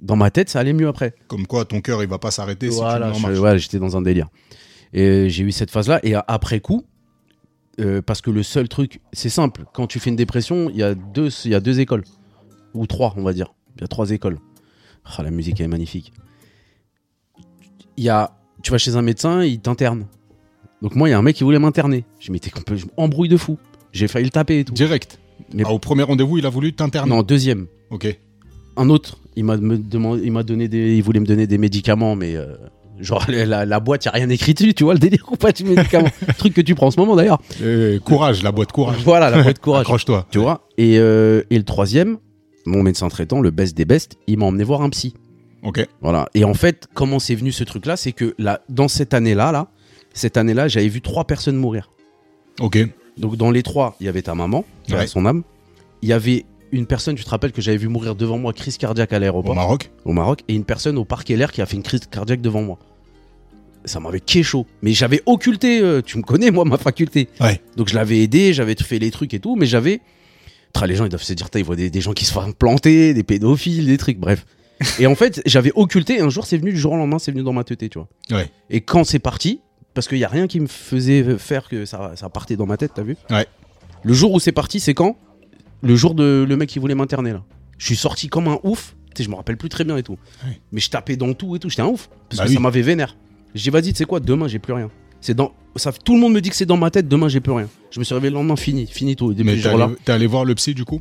S3: Dans ma tête, ça allait mieux après.
S2: Comme quoi, ton cœur, il va pas s'arrêter
S3: Voilà,
S2: si tu le
S3: je-
S2: marches.
S3: ouais, j'étais dans un délire. Et j'ai eu cette phase-là. Et a- après coup, euh, parce que le seul truc, c'est simple. Quand tu fais une dépression, il y, a deux- il y a deux écoles. Ou trois, on va dire. Il y a trois écoles. Ah, la musique, elle est magnifique. Il y a, tu vas chez un médecin, il t'interne. Donc moi, il y a un mec qui voulait m'interner. J'ai mis, t'es complet- je m'embrouille de fou. J'ai failli le taper et tout.
S2: Direct.
S3: Mais-
S2: Ah, au premier rendez-vous, il a voulu t'interner.
S3: Non, Euh, deuxième
S2: Ok.
S3: un autre, il m'a me demandé, il m'a donné des, il voulait me donner des médicaments, mais euh, genre la, la- la boîte, il a rien écrit dessus, tu vois le délire ou pas du médicament, truc que tu prends en ce moment d'ailleurs.
S2: Euh, courage, la boîte, courage.
S3: Voilà la boîte courage,
S2: Accroche-toi.
S3: tu vois. Et, euh, et le troisième, mon médecin traitant, le best des best, il m'a emmené voir un psy.
S2: Ok.
S3: Voilà. Et en fait, comment c'est venu ce truc-là, c'est que là, dans cette année-là, là, cette année-là, j'avais vu trois personnes mourir.
S2: Ok.
S3: Donc dans les trois, il y avait ta maman, qui a
S2: Ouais.
S3: son âme. Il y avait une personne, tu te rappelles que j'avais vu mourir devant moi, crise cardiaque à l'aéroport
S2: Au Maroc.
S3: au Maroc et une personne au parc LR qui a fait une crise cardiaque devant moi. Ça m'avait chaud. Mais j'avais occulté, euh, tu me connais, moi, ma faculté.
S2: Ouais.
S3: Donc je l'avais aidé, j'avais fait les trucs et tout, mais j'avais. Tra, les gens, ils doivent se dire, Tain, ils voient des, des gens qui se font planter, des pédophiles, des trucs, bref. et en fait, j'avais occulté, et un jour, c'est venu, du jour au lendemain, c'est venu dans ma teuté, tu vois.
S2: Ouais.
S3: Et quand c'est parti, parce qu'il n'y a rien qui me faisait faire que ça, ça partait dans ma tête, t'as vu
S2: Ouais.
S3: Le jour où c'est parti, c'est quand Le jour de le mec qui voulait m'interner, là. Je suis sorti comme un ouf. Tu sais, je me rappelle plus très bien et tout.
S2: Ouais.
S3: Mais je tapais dans tout et tout. J'étais un ouf. Parce
S2: Bah
S3: que
S2: oui.
S3: ça m'avait vénère. Je dis, vas-y, tu sais quoi, demain, j'ai plus rien. C'est dans. Ça, tout le monde me dit que c'est dans ma tête, demain, j'ai plus rien. Je me suis réveillé le lendemain, fini, fini tout. Depuis
S2: Mais
S3: ce
S2: t'es
S3: jour-là.
S2: allé, t'es allé voir le psy, du coup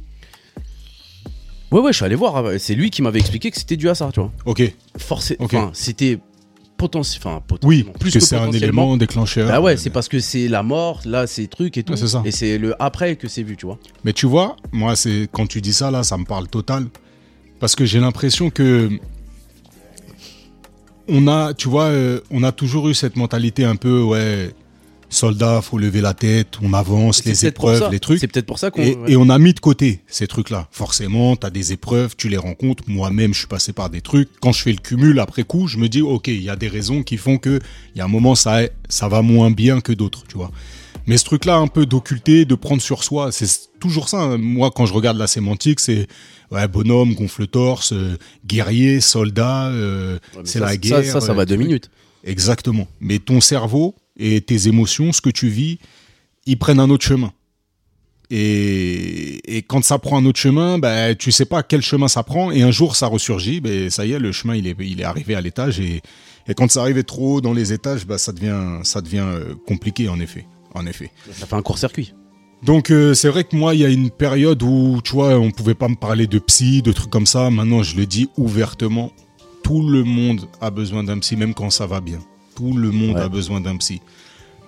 S3: Ouais, ouais, je suis allé voir. euh, C'est lui qui m'avait expliqué que c'était dû à ça, tu vois.
S2: Ok.
S3: Forcé.
S2: Ok.
S3: Enfin, c'était potentiel. Enfin,
S2: Oui,
S3: potentiellement.
S2: plus que, c'est un
S3: potentiellement.
S2: élément déclencheur.
S3: Bah ouais, c'est parce que c'est la mort, là, c'est truc et tout.
S2: Ouais, c'est ça.
S3: Et c'est le après que c'est vu, tu vois.
S2: Mais tu vois, moi, c'est quand tu dis ça là, ça me parle total, parce que j'ai l'impression que on a, tu vois, euh, on a toujours eu cette mentalité un peu, ouais, soldat, faut lever la tête, on avance,
S3: C'est
S2: les
S3: peut-être pour
S2: épreuves,
S3: ça.
S2: les trucs.
S3: C'est peut-être pour ça qu'on.
S2: Et,
S3: ouais.
S2: et on a mis de côté ces trucs-là. Forcément, tu as des épreuves, tu les rencontres. Moi-même, je suis passé par des trucs. Quand je fais le cumul après coup, je me dis, OK, il y a des raisons qui font que il y a un moment, ça, ça va moins bien que d'autres, tu vois. Mais ce truc-là, un peu d'occulter, de prendre sur soi, c'est toujours ça. hein. Moi, quand je regarde la sémantique, c'est ouais, bonhomme, gonfle-torse, euh, guerrier, soldat, euh,
S3: Ouais, mais
S2: c'est
S3: ça,
S2: la
S3: ça-
S2: guerre.
S3: Ça, ça,
S2: euh,
S3: va deux minutes.
S2: Exactement. Mais ton cerveau et tes émotions, ce que tu vis, ils prennent un autre chemin. Et, et quand ça prend un autre chemin, bah, tu sais pas quel chemin ça prend. Et un jour, ça ressurgit. Bah, ça y est, le chemin, il est, il est arrivé à l'étage. Et, et quand ça arrivait trop haut dans les étages, bah, ça devient, ça devient euh, compliqué, en effet. En effet.
S3: Ça fait un court-circuit.
S2: Donc euh, c'est vrai que moi il y a une période où tu vois on pouvait pas me parler de psy, de trucs comme ça. Maintenant je le dis ouvertement, tout le monde a besoin d'un psy, même quand ça va bien. Tout le monde
S3: Ouais.
S2: a besoin d'un psy.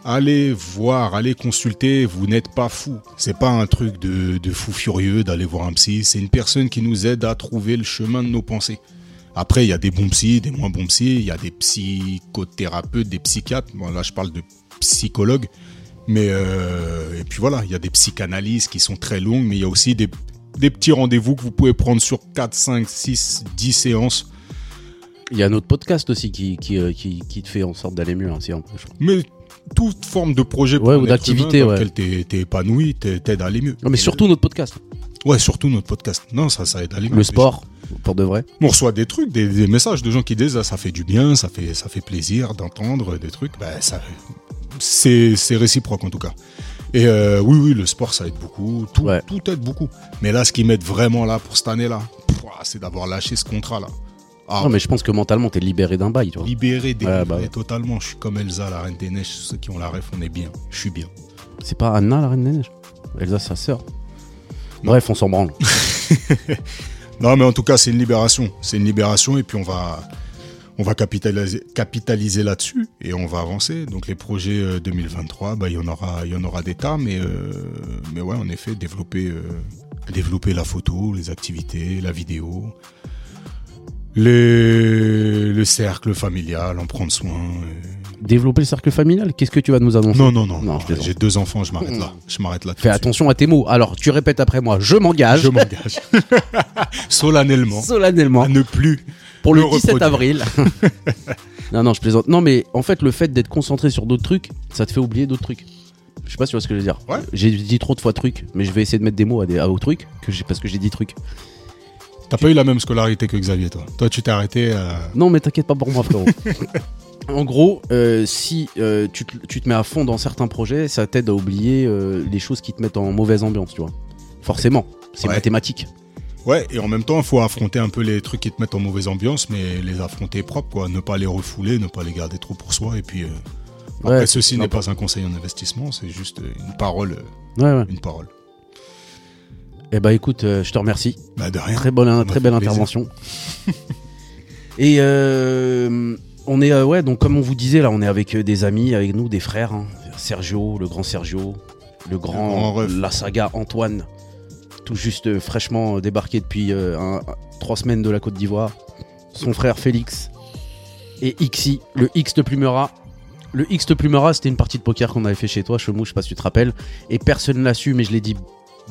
S2: Allez voir, allez consulter, vous n'êtes pas fou. C'est pas un truc de, de fou furieux d'aller voir un psy. C'est une personne qui nous aide à trouver le chemin de nos pensées Après, il y a des bons psys, des moins bons psys, il y a des psychothérapeutes, des psychiatres. Bon, là, je parle de psychologues. Mais euh, et puis voilà, il y a des psychanalyses qui sont très longues, mais il y a aussi des, des petits rendez-vous que vous pouvez prendre sur 4, 5, 6, 10 séances.
S3: Il y a un autre podcast aussi qui, qui, euh, qui, qui te fait en sorte d'aller mieux. hein, si on peut, je crois.
S2: Mais toute forme de projet pour
S3: Ouais,
S2: un
S3: ou
S2: être
S3: d'activité,
S2: humain dans
S3: ouais.
S2: lequel t'es- t'es épanoui, t'es- t'aide à aller mieux.
S3: Non, mais surtout notre podcast.
S2: Ouais, surtout notre podcast. Non, ça, ça aide à aller mieux.
S3: Le sport, pour de vrai.
S2: On reçoit des trucs, des, des messages de gens qui disent ah, ça fait du bien, ça fait, ça fait plaisir d'entendre des trucs. Bah, ça, c'est, c'est réciproque en tout cas. Et euh, oui, oui, le sport ça aide beaucoup, tout,
S3: Ouais.
S2: tout aide beaucoup. Mais là, ce qui m'aide vraiment là pour cette année là, pouah, c'est d'avoir lâché ce contrat là. Ah,
S3: Non, mais je pense que mentalement, t'es libéré d'un bail, tu vois.
S2: libéré, délivré
S3: Ouais, bah ouais.
S2: totalement. Je suis comme Elsa, la reine des neiges. Ceux qui ont la ref, on est bien. Je suis bien.
S3: C'est pas Anna, la reine des neiges Elsa, sa sœur.
S2: Non.
S3: Bref, on s'en branle.
S2: Non, mais en tout cas, c'est une libération. C'est une libération et puis on va, on va capitaliser, capitaliser là-dessus et on va avancer. Donc les projets euh, 2023, bah, il y en aura, il y en aura des tas, mais, euh, mais ouais, en effet, développer, euh, développer la photo, les activités, la vidéo, le, le cercle familial, en prendre soin. euh.
S3: Développer le cercle familial, qu'est-ce que tu vas nous annoncer
S2: Non, non, non.
S3: Non,
S2: non,
S3: je plaisante.
S2: J'ai deux enfants, je m'arrête là. Je m'arrête là. tout
S3: Fais
S2: de suite.
S3: attention à tes mots. Alors, tu répètes après moi, je m'engage
S2: Je m'engage solennellement
S3: solennellement
S2: à ne plus.
S3: pour le
S2: le
S3: 17
S2: reproduire.
S3: avril. non, non, je plaisante. Non, mais en fait, le fait d'être concentré sur d'autres trucs, ça te fait oublier d'autres trucs. Je sais pas si tu vois ce que je veux dire.
S2: Ouais.
S3: J'ai dit trop de fois trucs, mais je vais essayer de mettre des mots à des à, aux trucs que j'ai parce que j'ai dit trucs.
S2: T'as pas eu la même scolarité que Xavier, toi. Toi, tu t'es arrêté. euh, à...
S3: Non, mais t'inquiète pas pour moi, frérot. en gros, euh, si euh, tu, te, tu te mets à fond dans certains projets, ça t'aide à oublier euh, les choses qui te mettent en mauvaise ambiance, tu vois. Forcément, c'est
S2: Ouais.
S3: mathématique.
S2: Ouais, et en même temps, il faut affronter un peu les trucs qui te mettent en mauvaise ambiance, mais les affronter propres, quoi. Ne pas les refouler, ne pas les garder trop pour soi. Et puis, euh, après,
S3: Ouais,
S2: ceci
S3: non,
S2: n'est pas un conseil en investissement, c'est juste euh, une parole. euh,
S3: Ouais, ouais.
S2: Une parole.
S3: Eh bah écoute, euh, je te remercie.
S2: Bah, de rien.
S3: Très bonne,
S2: fait
S3: très belle
S2: plaisir.
S3: intervention. Et euh, on est, euh, ouais, donc comme on vous disait, là, on est avec euh, des amis, avec nous, des frères. hein. Sergio, le grand Sergio, le
S2: grand
S3: grand,
S2: ref.
S3: la saga Antoine, tout juste euh, fraîchement débarqué depuis euh, un- trois semaines de la Côte d'Ivoire. Son frère Félix et Xi, le X de Plumera. Le X de Plumera, c'était une partie de poker qu'on avait fait chez toi, Chemou, je sais pas si tu te rappelles. Et personne l'a su, mais je l'ai dit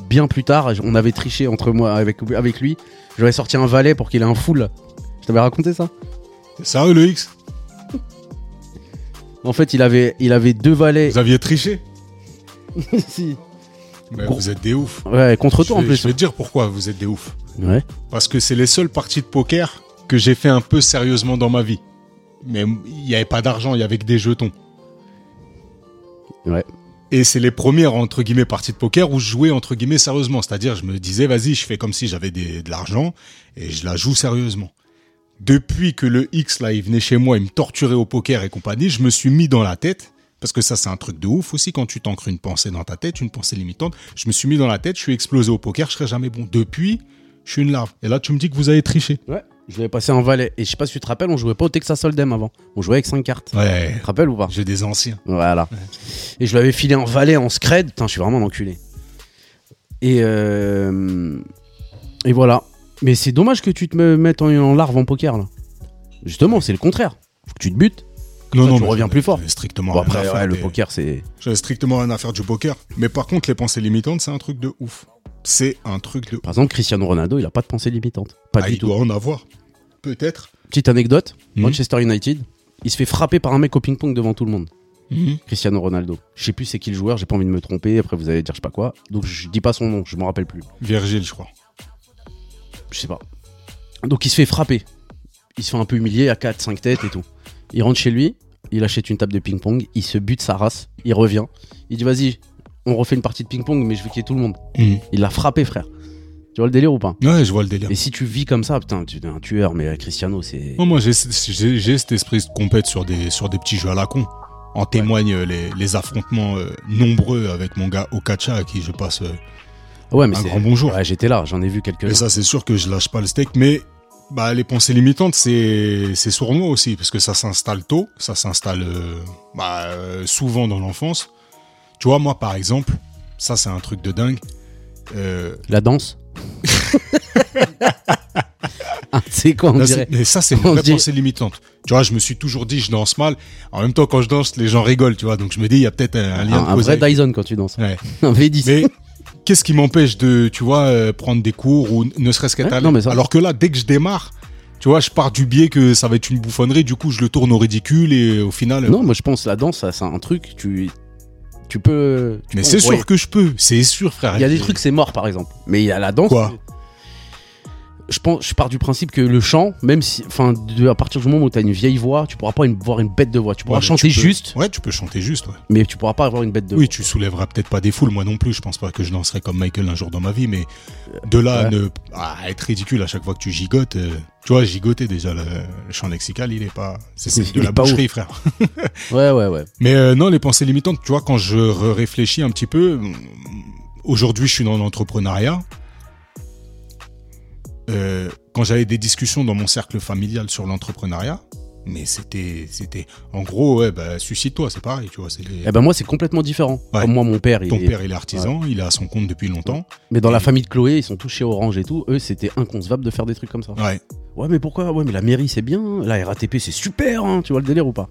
S3: bien plus tard. On avait triché entre moi avec, avec lui. J'avais sorti un valet pour qu'il ait un full. Je t'avais raconté ça
S2: C'est sérieux, le X
S3: En fait, il avait, il avait deux valets.
S2: Vous aviez triché
S3: Si.
S2: Mais
S3: Gros.
S2: Vous êtes des oufs.
S3: Ouais, contre
S2: je
S3: toi en
S2: vais,
S3: plus. hein.
S2: je vais te dire pourquoi vous êtes des oufs.
S3: Ouais.
S2: Parce que c'est les seules parties de poker que j'ai fait un peu sérieusement dans ma vie. Mais il n'y avait pas d'argent, il y avait que des jetons.
S3: Ouais.
S2: Et c'est les premières, entre guillemets, parties de poker où je jouais, entre guillemets, sérieusement. C'est-à-dire, je me disais, vas-y, je fais comme si j'avais des- de l'argent et je la joue sérieusement. Depuis que le X, là, il venait chez moi, il me torturait au poker et compagnie, je me suis mis dans la tête, parce que ça, c'est un truc de ouf aussi, quand tu t'ancres une pensée dans ta tête, une pensée limitante, je me suis mis dans la tête, je suis explosé au poker, je serai jamais bon. Depuis, je suis une larve. Et là, tu me dis que vous avez triché.
S3: Ouais. Je vais passer un valet. Et je sais pas si tu te rappelles, on jouait pas au Texas Hold'em avant. On jouait avec 5 cartes.
S2: Ouais,
S3: Tu te rappelles ou pas
S2: j'ai des anciens.
S3: Voilà. Et je lui avais filé un valet en scred. Putain, je suis vraiment un enculé. Et, euh, et voilà. Mais c'est dommage que tu te me- mettes en, en larve en poker, là. Justement, c'est le contraire. Faut que tu te butes. ça, tu
S2: mais
S3: reviens
S2: j'en ai-
S3: plus fort.
S2: j'en ai Strictement.
S3: Bon,
S2: rien à
S3: après,
S2: faire
S3: ouais, le
S2: des-
S3: poker, c'est.
S2: J'avais strictement rien à faire du poker. Mais par contre, les pensées limitantes, c'est un truc de ouf. C'est un truc de ouf.
S3: Par exemple, Cristiano Ronaldo, il a pas de pensée limitante. Pas
S2: Ah,
S3: du
S2: il
S3: tout.
S2: doit en avoir. Peut-être.
S3: Petite anecdote
S2: Mhm.
S3: Manchester United, il se fait frapper par un mec au ping-pong devant tout le monde. Cristiano Ronaldo. Je sais plus c'est qui le joueur, j'ai pas envie de me tromper. Après, vous allez dire je sais pas quoi. Donc, je dis pas son nom, je m'en rappelle plus.
S2: Virgile, je crois.
S3: je sais pas. Donc il se fait frapper. Il se fait un peu humilier à 4, 5 têtes et tout. Il rentre chez lui, il achète une table de ping-pong, il se bute sa race, il revient. Il dit vas-y, on refait une partie de ping-pong, mais je veux qu'il y ait tout le monde. Il l'a frappé, frère. Tu vois le délire ou pas
S2: Ouais, je vois le délire.
S3: Et si tu vis comme ça, putain, tu es un tueur, mais euh, Cristiano, c'est.
S2: Non, moi, j'ai j'ai- j'ai cet esprit de compète sur des, sur des petits jeux à la con. En témoignent euh, les, les affrontements euh, nombreux avec mon gars Okacha, à qui je passe euh,
S3: Ouais, mais
S2: un
S3: c'est.
S2: grand bonjour.
S3: Ouais, j'étais là, j'en ai vu quelques-uns.
S2: Et ça, c'est sûr que je lâche pas le steak, mais bah, les pensées limitantes, c'est c'est sournois aussi, parce que ça s'installe tôt, ça s'installe euh, bah, euh, souvent dans l'enfance. Tu vois, moi, par exemple, ça, c'est un truc de dingue. Euh,
S3: La danse Ah, C'est quoi, on
S2: Là,
S3: dirait
S2: c'est- mais ça, c'est une
S3: On
S2: vraie
S3: dirait-
S2: pensée limitante. Tu vois, je me suis toujours dit, je danse mal. En même temps, quand je danse, les gens rigolent, tu vois. Donc, je me dis, il y a peut-être un, un
S3: un,
S2: lien de
S3: un
S2: cause
S3: vrai
S2: à effet.
S3: Dyson quand tu danses.
S2: Ouais.
S3: Un V10.
S2: Mais qu'est-ce qui m'empêche de, tu vois, euh, prendre des cours ou ne serait-ce qu'être
S3: Ouais,
S2: à
S3: non, mais ça-
S2: Alors que là, dès que je démarre, tu vois, je pars du biais que ça va être une bouffonnerie. Du coup, je le tourne au ridicule et au final. euh,
S3: Non, moi je pense la danse, ça, c'est un truc, tu, tu peux. tu
S2: mais
S3: peux
S2: c'est
S3: envoyer.
S2: sûr que je peux. C'est sûr, frère.
S3: Il y a des trucs, c'est mort par exemple. Mais il y a la danse.
S2: Quoi
S3: je, pense, je pars du principe que le chant, même si. Enfin, de- à partir du moment où tu as une vieille voix, tu pourras pas une, voir une bête de voix. Tu pourras
S2: Ouais, mais
S3: chanter
S2: tu peux-
S3: juste,
S2: Ouais, tu peux chanter juste. ouais.
S3: mais tu pourras pas avoir une bête de
S2: Oui, tu soulèveras peut-être pas des foules, moi non plus. Je pense pas que je danserai comme Michael un jour dans ma vie, mais de là à,
S3: ouais.
S2: ne... à être ridicule à chaque fois que tu gigotes, euh, tu vois, gigoter déjà, le, le chant lexical, il est pas. C'est c'est
S3: Il
S2: de
S3: est
S2: la
S3: pas ouf.
S2: boucherie, frère.
S3: voix. Ouais, ouais, ouais.
S2: Mais euh, non, les pensées limitantes, tu vois, quand je re- réfléchis un petit peu, mm, aujourd'hui, je suis dans l'entrepreneuriat. Euh, quand j'avais des discussions dans mon cercle familial sur l'entrepreneuriat, mais c'était, c'était, en gros, ouais, bah, suicide-toi, c'est pareil, tu vois. c'est les-
S3: Et ben moi, c'est complètement différent.
S2: Ouais.
S3: Comme moi, mon père, il
S2: Ton
S3: est-
S2: père, il est artisan, il a son compte depuis longtemps.
S3: Mais dans la famille de Chloé, ils sont tous chez Orange et tout. Eux, c'était inconcevable de faire des trucs comme ça.
S2: Ouais.
S3: Ouais, mais pourquoi Ouais, mais la mairie, c'est bien. hein. La RATP, c'est super. hein. Tu vois le délire ou pas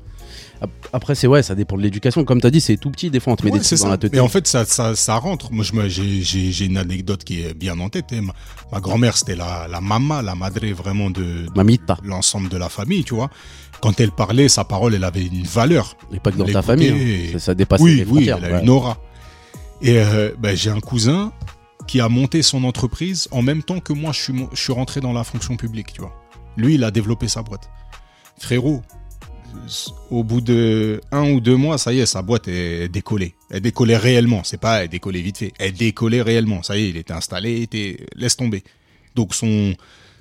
S3: Ap- Après, c'est ouais, ça dépend de l'éducation. Comme t'as dit, c'est tout petit. Des fois, on te met
S2: Ouais,
S3: des
S2: c'est
S3: trucs
S2: ça.
S3: dans la tête.
S2: Mais en fait, ça, ça, ça rentre. Moi, je me- j'ai- j'ai j'ai une anecdote qui est bien en tête. hein. Ma, ma grand-mère, c'était la, la mama, la madre vraiment de, de
S3: Mamita,
S2: l'ensemble de la famille, tu vois. Quand elle parlait, sa parole, elle avait une valeur.
S3: et pas que dans ta
S2: L'écouter
S3: famille.
S2: et-
S3: hein. Ça, ça dépasse
S2: oui,
S3: les
S2: oui,
S3: frontières.
S2: elle a
S3: ouais.
S2: une aura. Et euh, ben, j'ai un cousin qui a monté son entreprise en même temps que moi, je suis, mon- je suis rentré dans la fonction publique, tu vois. Lui, il a développé sa boîte. Frérot, s- au bout de un ou deux mois, ça y est, sa boîte est décollée. Elle décollait réellement, c'est pas elle décollait vite fait. Elle décollait réellement. Ça y est, il était installé, il était... laisse tomber. Donc son,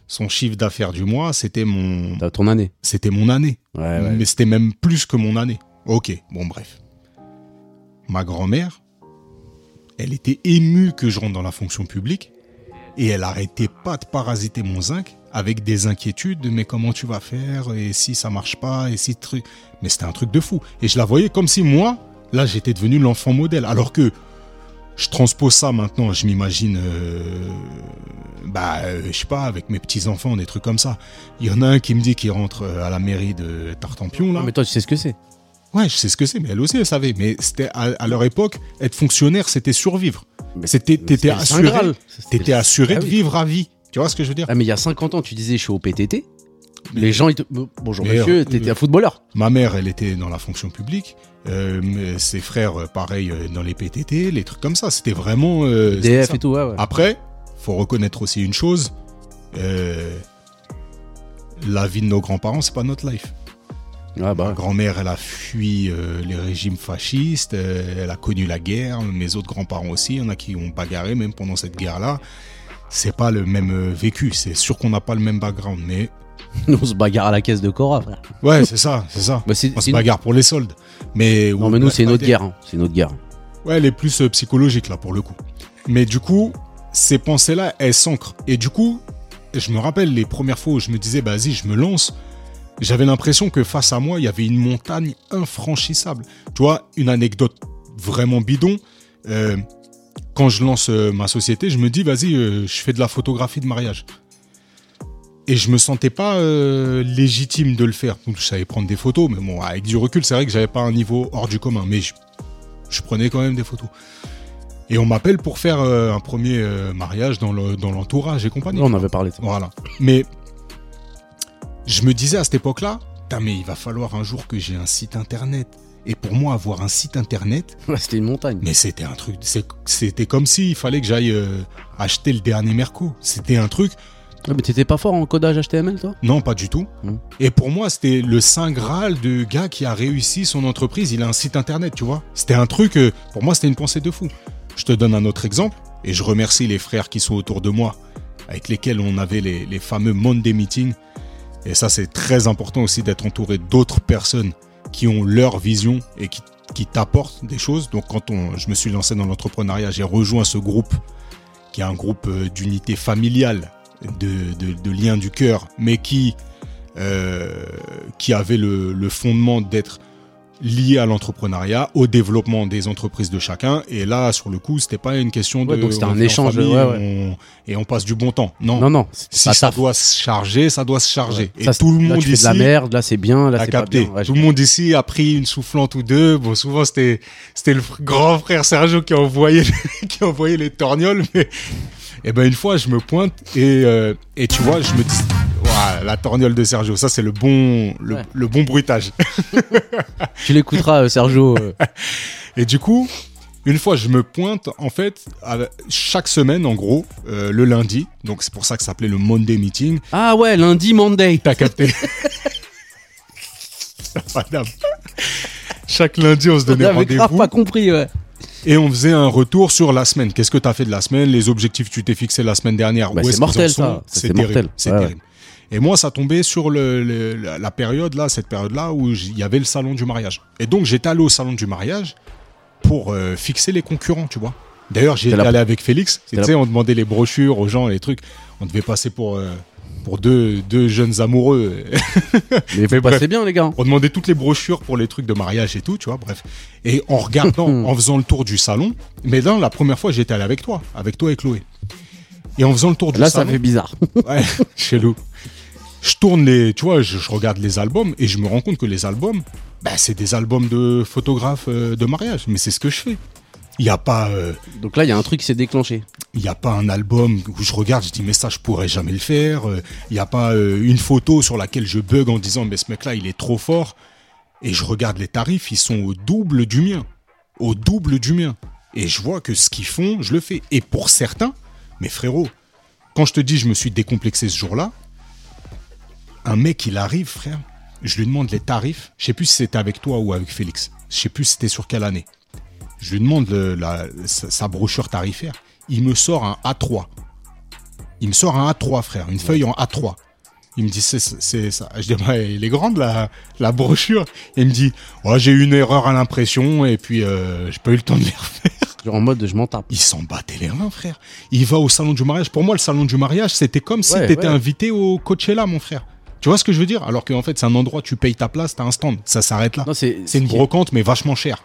S2: son chiffre d'affaires du mois, c'était mon,
S3: T'as ton année.
S2: c'était mon année.
S3: Ouais, ouais.
S2: Mais c'était même plus que mon année. Ok, bon bref. Ma grand-mère, elle était émue que je rentre dans la fonction publique et elle arrêtait pas de parasiter mon zinc avec des inquiétudes, mais comment tu vas faire et si ça marche pas et si truc. Mais c'était un truc de fou et je la voyais comme si moi, là, j'étais devenu l'enfant modèle, alors que je transpose ça maintenant, je m'imagine, euh, bah, euh, je sais pas, avec mes petits enfants, des trucs comme ça. Il y en a un qui me dit qu'il rentre euh, à la mairie de Tartampion là.
S3: Ah, Mais toi, tu sais ce que c'est.
S2: Ouais, je sais ce que c'est, mais elle aussi, elle savait. Mais c'était à, à leur époque, être fonctionnaire, c'était survivre.
S3: Mais
S2: C'était,
S3: c'était
S2: t'étais
S3: le Saint Graal.
S2: assuré,
S3: C'était-
S2: t'étais assuré
S3: Ah
S2: de
S3: oui.
S2: vivre à vie. Tu vois ce que je veux dire
S3: Ah, mais il y a 50 ans, tu disais, je suis au PTT.
S2: Mais-
S3: Les gens, ils te... Bonjour,
S2: Mais, euh,
S3: monsieur, t'étais un footballeur.
S2: Ma mère, elle était dans la fonction publique. euh, mais ses frères, euh, pareil, euh, dans les PTT, les trucs comme ça. C'était vraiment. euh, c'était
S3: DF
S2: ça.
S3: et tout, ouais, ouais.
S2: Après, faut reconnaître aussi une chose. euh, la vie de nos grands-parents, c'est pas notre life.
S3: Ouais, bah,
S2: Ma grand-mère, elle a fui euh, les régimes fascistes, euh, elle a connu la guerre, mes autres grands-parents aussi, il y en a qui ont bagarré même pendant cette guerre-là. C'est pas le même euh, vécu, c'est sûr qu'on n'a pas le même background, mais
S3: nous, on se bagarre à la caisse de Cora, frère.
S2: ouais, c'est ça, c'est ça.
S3: Bah, c'est-
S2: On
S3: c'est
S2: se
S3: une-
S2: bagarre pour les soldes, mais
S3: Non, mais nous, c'est une autre
S2: notre
S3: guerre. hein. C'est une autre guerre.
S2: Ouais, elle est plus euh, psychologique là pour le coup. Mais du coup, ces pensées-là, elles s'ancrent. Et du coup, je me rappelle les premières fois où je me disais, bah vas-y, je me lance. J'avais l'impression que face à moi, il y avait une montagne infranchissable. Tu vois, une anecdote vraiment bidon. euh, quand je lance euh, ma société, je me dis, vas-y, euh, je fais de la photographie de mariage. Et je me sentais pas euh, légitime de le faire. Donc, Je savais prendre des photos, mais bon, avec du recul, c'est vrai que j'avais pas un niveau hors du commun. Mais je, je prenais quand même des photos. Et on m'appelle pour faire euh, un premier euh, mariage dans le- dans l'entourage et compagnie.
S3: Là, on avait parlé de ça.
S2: Voilà. Mais je me disais à cette époque-là, Putain, mais il va falloir un jour que j'ai un site internet. Et pour moi, avoir un site internet,
S3: Ouais, C'était une montagne.
S2: mais c'était un truc. c'est- C'était comme s'il fallait que j'aille euh, acheter le dernier Merco. C'était un truc.
S3: Ouais, mais t'étais pas fort en codage HTML, toi
S2: Non, pas du tout.
S3: Mm.
S2: Et pour moi, c'était le saint graal de gars qui a réussi son entreprise. Il a un site internet, tu vois. C'était un truc, euh, pour moi, c'était une pensée de fou. Je te donne un autre exemple et je remercie les frères qui sont autour de moi, avec lesquels on avait les, les fameux Monday Meetings. Et ça, c'est très important aussi d'être entouré d'autres personnes qui ont leur vision et qui, qui t'apportent des choses. Donc, quand on, je me suis lancé dans l'entrepreneuriat, j'ai rejoint ce groupe qui est un groupe euh, d'unité familiale, de, de, de lien du cœur, mais qui, euh, qui avait le, le fondement d'être liées à l'entrepreneuriat, au développement des entreprises de chacun. Et là, sur le coup, c'était pas une question
S3: Ouais,
S2: de.
S3: donc c'était
S2: on
S3: un
S2: vit en
S3: échange,
S2: famille,
S3: ouais, ouais.
S2: on- et on passe du bon temps. Non.
S3: Non, non. c'est
S2: Si
S3: pas
S2: ça
S3: taf.
S2: doit se charger, ça doit se charger. Et
S3: Ça, c'est-
S2: tout le
S3: là,
S2: monde
S3: tu fais de
S2: ici
S3: la merde, là c'est bien, là
S2: a
S3: c'est pas
S2: capté.
S3: bien. Ouais, je-
S2: tout le monde ici a pris une soufflante ou deux. Bon, souvent c'était c'était le fr- grand frère Sergio qui envoyait qui envoyait les torgnoles. Mais et ben une fois, je me pointe et euh, et tu vois, je me dis Ouah, la torgnole de Sergio, ça c'est le bon le,
S3: Ouais.
S2: le bon bruitage.
S3: Tu l'écouteras, euh, Sergio. euh,
S2: Et du coup, une fois je me pointe, en fait, à la- chaque semaine, en gros, euh, le lundi, donc c'est pour ça que ça s'appelait le Monday Meeting,
S3: Ah ouais, lundi, Monday.
S2: T'as capté Madame. Chaque lundi, on se donnait
S3: J'avais grave
S2: rendez-vous
S3: pas compris, ouais.
S2: et on faisait un retour sur la semaine. Qu'est-ce que t'as fait de la semaine Les objectifs que tu t'es fixé la semaine dernière
S3: Bah,
S2: Où
S3: c'est
S2: est-ce qu'ils
S3: mortel,
S2: en sont
S3: ça. Ça,
S2: C'est
S3: c'est
S2: terrible.
S3: mortel.
S2: C'est
S3: Ouais,
S2: terrible. Et moi, ça tombait sur le- le- la la période là, cette période là où j- il y avait le salon du mariage. Et donc, j'étais allé au salon du mariage pour euh, fixer les concurrents, tu vois. D'ailleurs, j'y
S3: T'es
S2: étais
S3: là-
S2: allé avec Félix. Tu
S3: là-
S2: sais, on demandait les brochures aux gens, les trucs. On devait passer pour euh, pour deux deux jeunes amoureux.
S3: Mais vous
S2: bref.
S3: passez bien, les gars.
S2: On demandait toutes les brochures pour les trucs de mariage et tout, tu vois, bref. Et en regardant, en faisant le tour du salon, mais là, la première fois, j'étais allé avec toi, avec toi et Chloé. Et en faisant le tour du
S3: Là, ça
S2: salon,
S3: fait bizarre.
S2: ouais, chez nous, je tourne les, tu vois, je, je regarde les albums et je me rends compte que les albums, bah, c'est des albums de photographes euh, de mariage, mais c'est ce que je fais. Il n'y a pas, euh,
S3: Donc là, il y a un truc qui s'est déclenché.
S2: il n'y a pas un album où je regarde, je dis mais ça je pourrais jamais le faire. Euh, Il n'y a pas euh, une photo sur laquelle je bug en disant mais ce mec là il est trop fort. Et je regarde les tarifs, ils sont au double du mien. Au double du mien. Et je vois que ce qu'ils font, je le fais. Et pour certains, mes frérots, quand je te dis je me suis décomplexé ce jour-là, un mec il arrive frère, je lui demande les tarifs. Je sais plus si c'était avec toi ou avec Félix. Je sais plus si c'était sur quelle année. Je lui demande le- la- sa, sa brochure tarifaire. Il me sort un A3. Il me sort un A3, frère, une feuille en A3. Il me dit, c'est c'est ça. Je dis, bah, elle est grande, la, la brochure. Il me dit, ouais, j'ai eu une erreur à l'impression et puis euh, j'ai pas eu le temps de les refaire.
S3: Genre en mode, je m'en tape.
S2: Il s'en battait les reins, frère. Il va au salon du mariage. Pour moi, le salon du mariage, c'était comme si
S3: Ouais,
S2: t'étais
S3: ouais.
S2: invité au Coachella, mon frère. Tu vois ce que je veux dire Alors qu'en fait, c'est un endroit, tu payes ta place, t'as un stand. Ça s'arrête là.
S3: Non, c'est
S2: C'est une
S3: ce qui-
S2: brocante, mais vachement chère.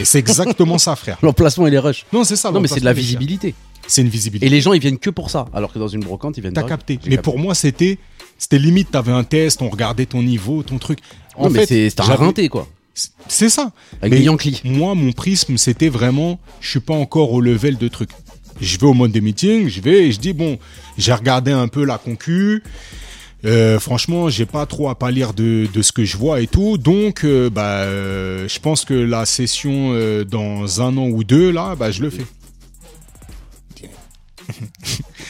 S2: Et c'est exactement ça, frère.
S3: L'emplacement, il est rush.
S2: Non, c'est ça.
S3: Non, mais c'est de la
S2: l'emplacement des chairs.
S3: visibilité.
S2: C'est une visibilité.
S3: Et les gens, ils viennent que pour ça. Alors que dans une brocante, ils viennent
S2: T'as
S3: pas.
S2: capté.
S3: J'ai
S2: Mais pour moi, c'était, c'était limite, t'avais un test, on regardait ton niveau, ton truc. En
S3: Non, mais
S2: fait,
S3: c'est c'est un
S2: j'avais-
S3: rinté, quoi.
S2: C'est ça.
S3: Avec
S2: Mais
S3: des Yankees.
S2: Moi, mon prisme, c'était vraiment, je suis pas encore au level de truc. Je vais au mode des meetings, je vais et je dis, bon, j'ai regardé un peu la concu. Euh, franchement, j'ai pas trop à pâlir de, de ce que je vois et tout. Donc, euh, bah, euh, je pense que la session euh, dans un an ou deux, là, bah, je le fais.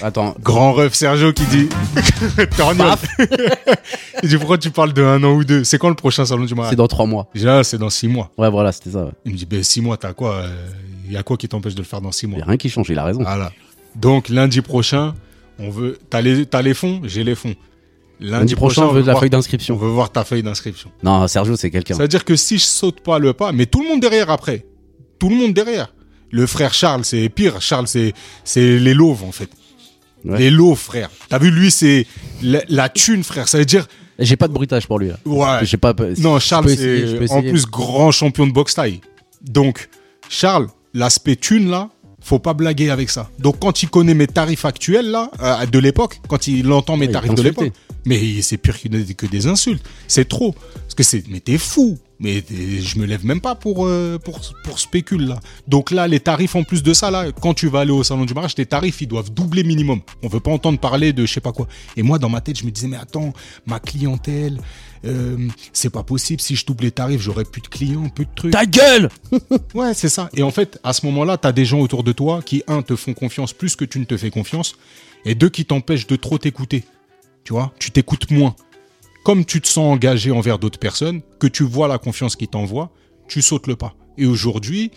S3: Attends.
S2: Grand ref Sergio qui dit Torgnole. Il dit pourquoi tu parles de un an ou deux C'est quand le prochain salon du
S3: C'est
S2: mariage
S3: dans trois mois.
S2: J'ai dit, ah, c'est dans six mois.
S3: Ouais, voilà, c'était ça. ouais.
S2: Il me dit ben six mois, t'as quoi Il y a quoi qui t'empêche de le faire dans six
S3: Il y
S2: mois
S3: a rien qui change, il a raison.
S2: Voilà. Donc lundi prochain, on veut. T'as les, t'as les fonds J'ai les fonds. Lundi,
S3: Lundi prochain, on veut de la
S2: voir-
S3: feuille
S2: on
S3: d'inscription.
S2: veut voir ta feuille d'inscription.
S3: Non, Sergio, c'est quelqu'un.
S2: Ça veut dire que si je saute pas le pas, mais tout le monde derrière après. Tout le monde derrière. Le frère Charles, c'est pire. Charles, c'est c'est les lauves en fait.
S3: Ouais.
S2: Les lauves, frère. T'as vu, lui, c'est la, la thune, frère. Ça veut dire.
S3: Eh, J'ai pas de bruitage pour lui. là.
S2: Ouais.
S3: J'ai pas.
S2: Non,
S3: je
S2: Charles,
S3: peux essayer, je peux
S2: c'est en
S3: essayer.
S2: plus grand champion de boxe taille. Donc, Charles, l'aspect thune, là, faut pas blaguer avec ça. Donc, quand il connaît mes tarifs actuels, là, euh, de l'époque, quand il entend mes
S3: Ouais, il
S2: tarifs
S3: t'a
S2: de
S3: insulté.
S2: l'époque, mais il- c'est pire que des, que des insultes. C'est trop. Parce que c'est, mais t'es fou. Mais t'es- je me lève même pas pour, euh, pour, pour spécule, là. Donc là, les tarifs, en plus de ça, là, quand tu vas aller au salon du mariage, tes tarifs, ils doivent doubler minimum. On veut pas entendre parler de je sais pas quoi. Et moi, dans ma tête, je me disais, mais attends, ma clientèle, euh, c'est pas possible. Si je double les tarifs, j'aurai plus de clients, plus de trucs.
S3: Ta gueule
S2: Ouais, c'est ça. Et en fait, à ce moment-là, t'as des gens autour de toi qui, un, te font confiance plus que tu ne te fais confiance, et deux, qui t'empêchent de trop t'écouter. Tu vois, tu t'écoutes moins. Comme tu te sens engagé envers d'autres personnes, que tu vois la confiance qui t'envoie, tu sautes le pas. Et aujourd'hui,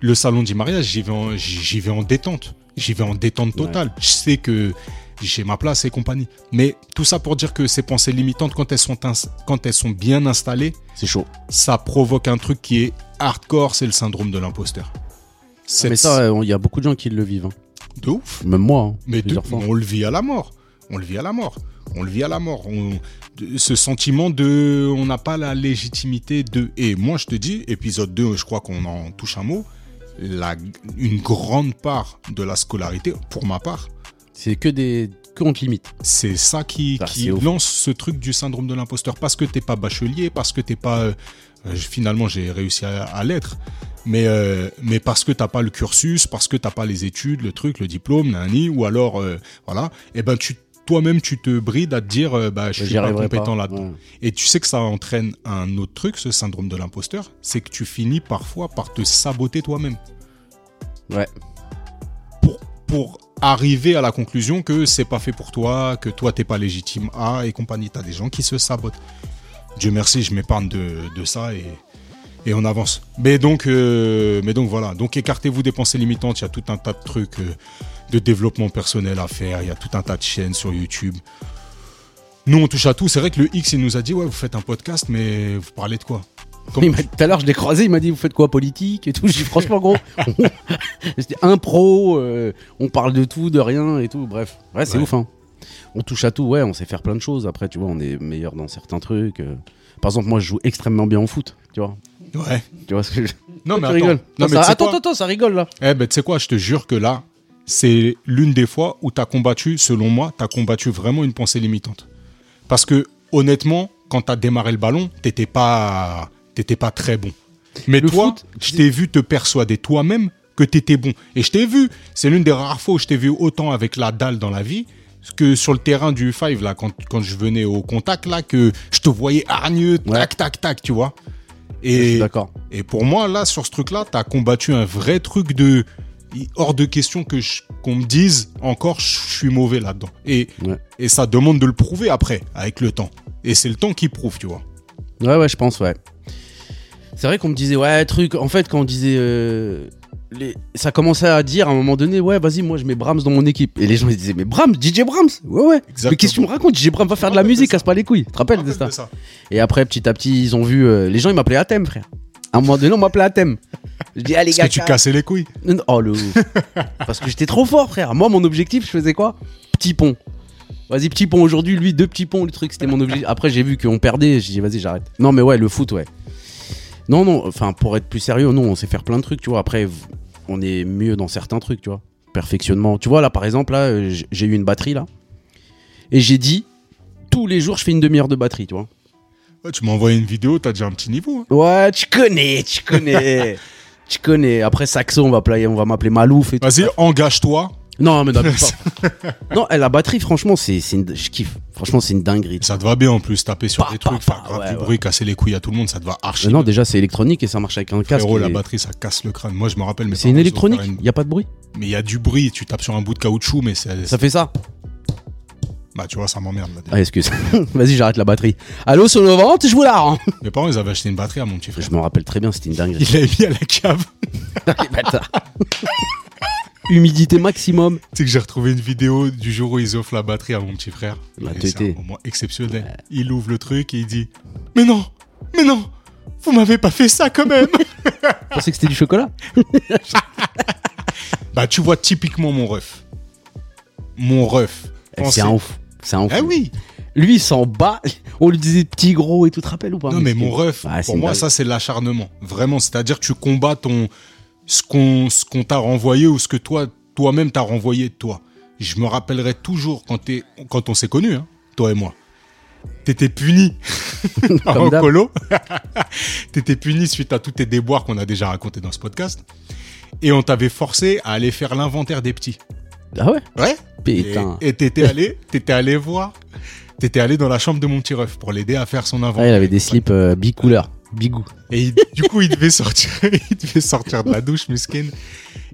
S2: le salon du mariage, j'y vais, en- j'y vais en détente. J'y vais en détente totale. Je sais que j'ai ma place et compagnie. Mais tout ça pour dire que ces pensées limitantes, quand elles sont, ins- quand elles sont bien installées,
S3: C'est chaud.
S2: ça provoque un truc qui est hardcore, c'est le syndrome de
S3: Ah,
S2: l'imposteur. C'est
S3: Mais ça, il y a beaucoup de gens qui le vivent. hein.
S2: de ouf.
S3: Même moi. hein,
S2: Mais de-
S3: plusieurs fois.
S2: on le vit à la mort. on le vit à la mort. On le vit à la mort. On- de- ce sentiment de on n'a pas la légitimité de. Et moi, je te dis, épisode 2, je crois qu'on en touche un mot. La, une grande part de la scolarité, pour ma part,
S3: C'est que des. qu'on te limite.
S2: c'est ça qui,
S3: Ah,
S2: qui
S3: c'est ouf.
S2: lance ce truc du syndrome de l'imposteur. Parce que t'es pas bachelier, parce que t'es pas. euh, euh, finalement, j'ai réussi à, à l'être. Mais, euh, mais parce que t'as pas le cursus, parce que t'as pas les études, le truc, le diplôme, nani, ou alors, euh, voilà, et ben tu toi-même, tu te brides à te dire, euh, bah, je suis
S3: J'y
S2: pas
S3: arriverai
S2: compétent
S3: pas.
S2: là-dedans.
S3: Ouais.
S2: Et tu sais que ça entraîne un autre truc, ce syndrome de l'imposteur, c'est que tu finis parfois par te saboter toi-même
S3: Ouais.
S2: pour, pour arriver à la conclusion que c'est pas fait pour toi, que toi t'es pas légitime à et compagnie. T'as des gens qui se sabotent. Dieu merci, je m'épargne de, de ça et, et on avance. Mais donc, euh, mais donc voilà. Donc écartez-vous des pensées limitantes. Il y a tout un tas de trucs euh, de développement personnel à faire. Il y a tout un tas de chaînes sur YouTube. Nous, on touche à tout. C'est vrai que le X, il nous a dit Ouais, vous faites un podcast, mais vous parlez de quoi Comment-
S3: Il m'a- Tout à l'heure, je l'ai croisé, il m'a dit Vous faites quoi politique et tout J'ai dit Franchement, gros, c'était impro, euh, on parle de tout, de rien et tout. Bref, ouais, c'est
S2: Ouais.
S3: ouf. Hein. On touche à tout, ouais, on sait faire plein de choses. Après, tu vois, on est meilleur dans certains trucs. euh. Par exemple, moi, je joue extrêmement bien au foot, tu vois.
S2: Ouais.
S3: Tu vois ce que je.
S2: Non, mais
S3: tu
S2: attends.
S3: rigoles.
S2: Non, mais
S3: Ça-
S2: tu sais
S3: attends,
S2: quoi
S3: attends, attends, ça rigole là.
S2: Eh ben, tu sais quoi, je te jure que là, c'est l'une des fois où t'as combattu, selon moi, t'as combattu vraiment une pensée limitante. Parce que, honnêtement, quand t'as démarré le ballon, t'étais pas, t'étais pas très bon. Mais
S3: Le
S2: toi,
S3: foot,
S2: je t'ai vu te persuader toi-même que t'étais bon. Et je t'ai vu, c'est l'une des rares fois où je t'ai vu autant avec la dalle dans la vie que sur le terrain du five là quand, quand je venais au contact là que je te voyais hargneux tac
S3: Ouais.
S2: tac tac tu vois
S3: Je suis
S2: et
S3: d'accord.
S2: et pour moi, là, sur ce truc-là, t'as combattu un vrai truc de. Hors de question que je- qu'on me dise encore, je suis mauvais là-dedans. Et,
S3: Ouais.
S2: et ça demande de le prouver après, avec le temps. Et c'est le temps qui prouve, tu vois.
S3: Ouais, ouais, je pense, ouais. C'est vrai qu'on me disait, ouais, truc. En fait, quand on disait. euh, les- Ça commençait à dire à un moment donné, ouais, vas-y, moi je mets Brahms dans mon équipe. Et les gens ils disaient, mais Brahms, DJ Brahms Ouais, ouais. Mais qu'est-ce que tu me racontes DJ Brahms va faire de la
S2: Rappelle de
S3: musique,
S2: ça.
S3: casse pas les couilles. Tu te rappelles de ça
S2: ça
S3: Et après, petit à petit, ils ont vu. euh, Les gens, ils m'appelaient Athème, frère. À un moment donné, on m'appelait Athème. Je dis, allez,
S2: Parce
S3: gars,
S2: que tu cassais les couilles.
S3: non, Oh le ouf. Parce que j'étais trop fort frère. Moi mon objectif je faisais quoi Petit pont. Vas-y petit pont aujourd'hui lui deux petits ponts le truc c'était mon objectif. Après j'ai vu qu'on perdait j'ai dit vas-y j'arrête. Non mais ouais le foot ouais. Non non enfin pour être plus sérieux non on sait faire plein de trucs tu vois après v- on est mieux dans certains trucs tu vois. Perfectionnement. Tu vois là par exemple là euh, j- j'ai eu une batterie là et j'ai dit tous les jours je fais une demi-heure de batterie tu vois.
S2: Ouais, tu m'as envoyé une vidéo, t'as déjà un petit niveau. hein.
S3: Ouais tu connais tu connais. Tu connais, après Saxo, on va, player, on va m'appeler Malouf et tout.
S2: Vas-y, engage-toi.
S3: Non, mais d'abord pas. Non, eh, la batterie, franchement, c'est, c'est une- je kiffe. Franchement, c'est une dinguerie.
S2: Ça te va bien en plus, taper sur
S3: Pa,
S2: des
S3: pa,
S2: trucs,
S3: pa,
S2: faire grave
S3: Bah, ouais,
S2: du
S3: ouais.
S2: bruit, casser les couilles à tout le monde, ça te va archi.
S3: Mais non, déjà, c'est électronique et ça marche avec un casque.
S2: Frérot,
S3: et-
S2: la batterie, ça casse le crâne. Moi, je me rappelle. mes
S3: c'est une
S2: parents, ils ont offert
S3: électronique, il
S2: une-
S3: n'y a pas de bruit.
S2: Mais il y a du bruit, tu tapes sur un bout de caoutchouc, mais c'est.
S3: Ça fait ça.
S2: Bah, tu vois, ça m'emmerde. là, déjà.
S3: Ah, excuse. Vas-y, j'arrête la batterie. Allô, Solovante, je vous la rends.
S2: Mes parents, ils avaient acheté une batterie à mon petit frère.
S3: Je me rappelle très bien, c'était une dinguerie.
S2: Il l'a mis à la cave.
S3: Les bâtards. Humidité maximum.
S2: Tu sais que j'ai retrouvé une vidéo du jour où ils offrent la batterie à mon petit frère.
S3: La
S2: Et
S3: tétée.
S2: c'est un moment exceptionnel. Il ouvre le truc et il dit Mais non Mais non Vous m'avez pas fait ça quand même
S3: Je pensais que c'était du chocolat.
S2: Bah, tu vois, typiquement mon ref. Mon ref.
S3: Eh, C'est
S2: Pensez-
S3: un ouf. C'est un ouf.
S2: Ah oui
S3: Lui, il s'en bat. On lui disait petit gros et tout, te rappelles ou pas
S2: Non, mais mon ref,
S3: Ah, c'est
S2: pour
S3: une
S2: moi,
S3: dinguerie.
S2: ça, c'est de l'acharnement. Vraiment, c'est-à-dire tu combats ton ce qu'on ce qu'on t'a renvoyé ou ce que toi toi-même t'as renvoyé de toi. Je me rappellerai toujours quand t'es quand on s'est connus, hein, toi et moi. T'étais puni en
S3: d'hab.
S2: colo. T'étais puni suite à tous tes déboires qu'on a déjà racontés dans ce podcast. Et on t'avait forcé à aller faire l'inventaire des petits.
S3: Ah ouais
S2: Ouais. Et
S3: Putain.
S2: et t'étais allé, t'étais allé voir, t'étais allé dans la chambre de mon petit ref pour l'aider à faire son
S3: Ah,
S2: inventaire.
S3: il avait des slips euh, bicouleurs. Bigou.
S2: Et il- du coup, il devait sortir, il devait sortir de la douche, Muskin.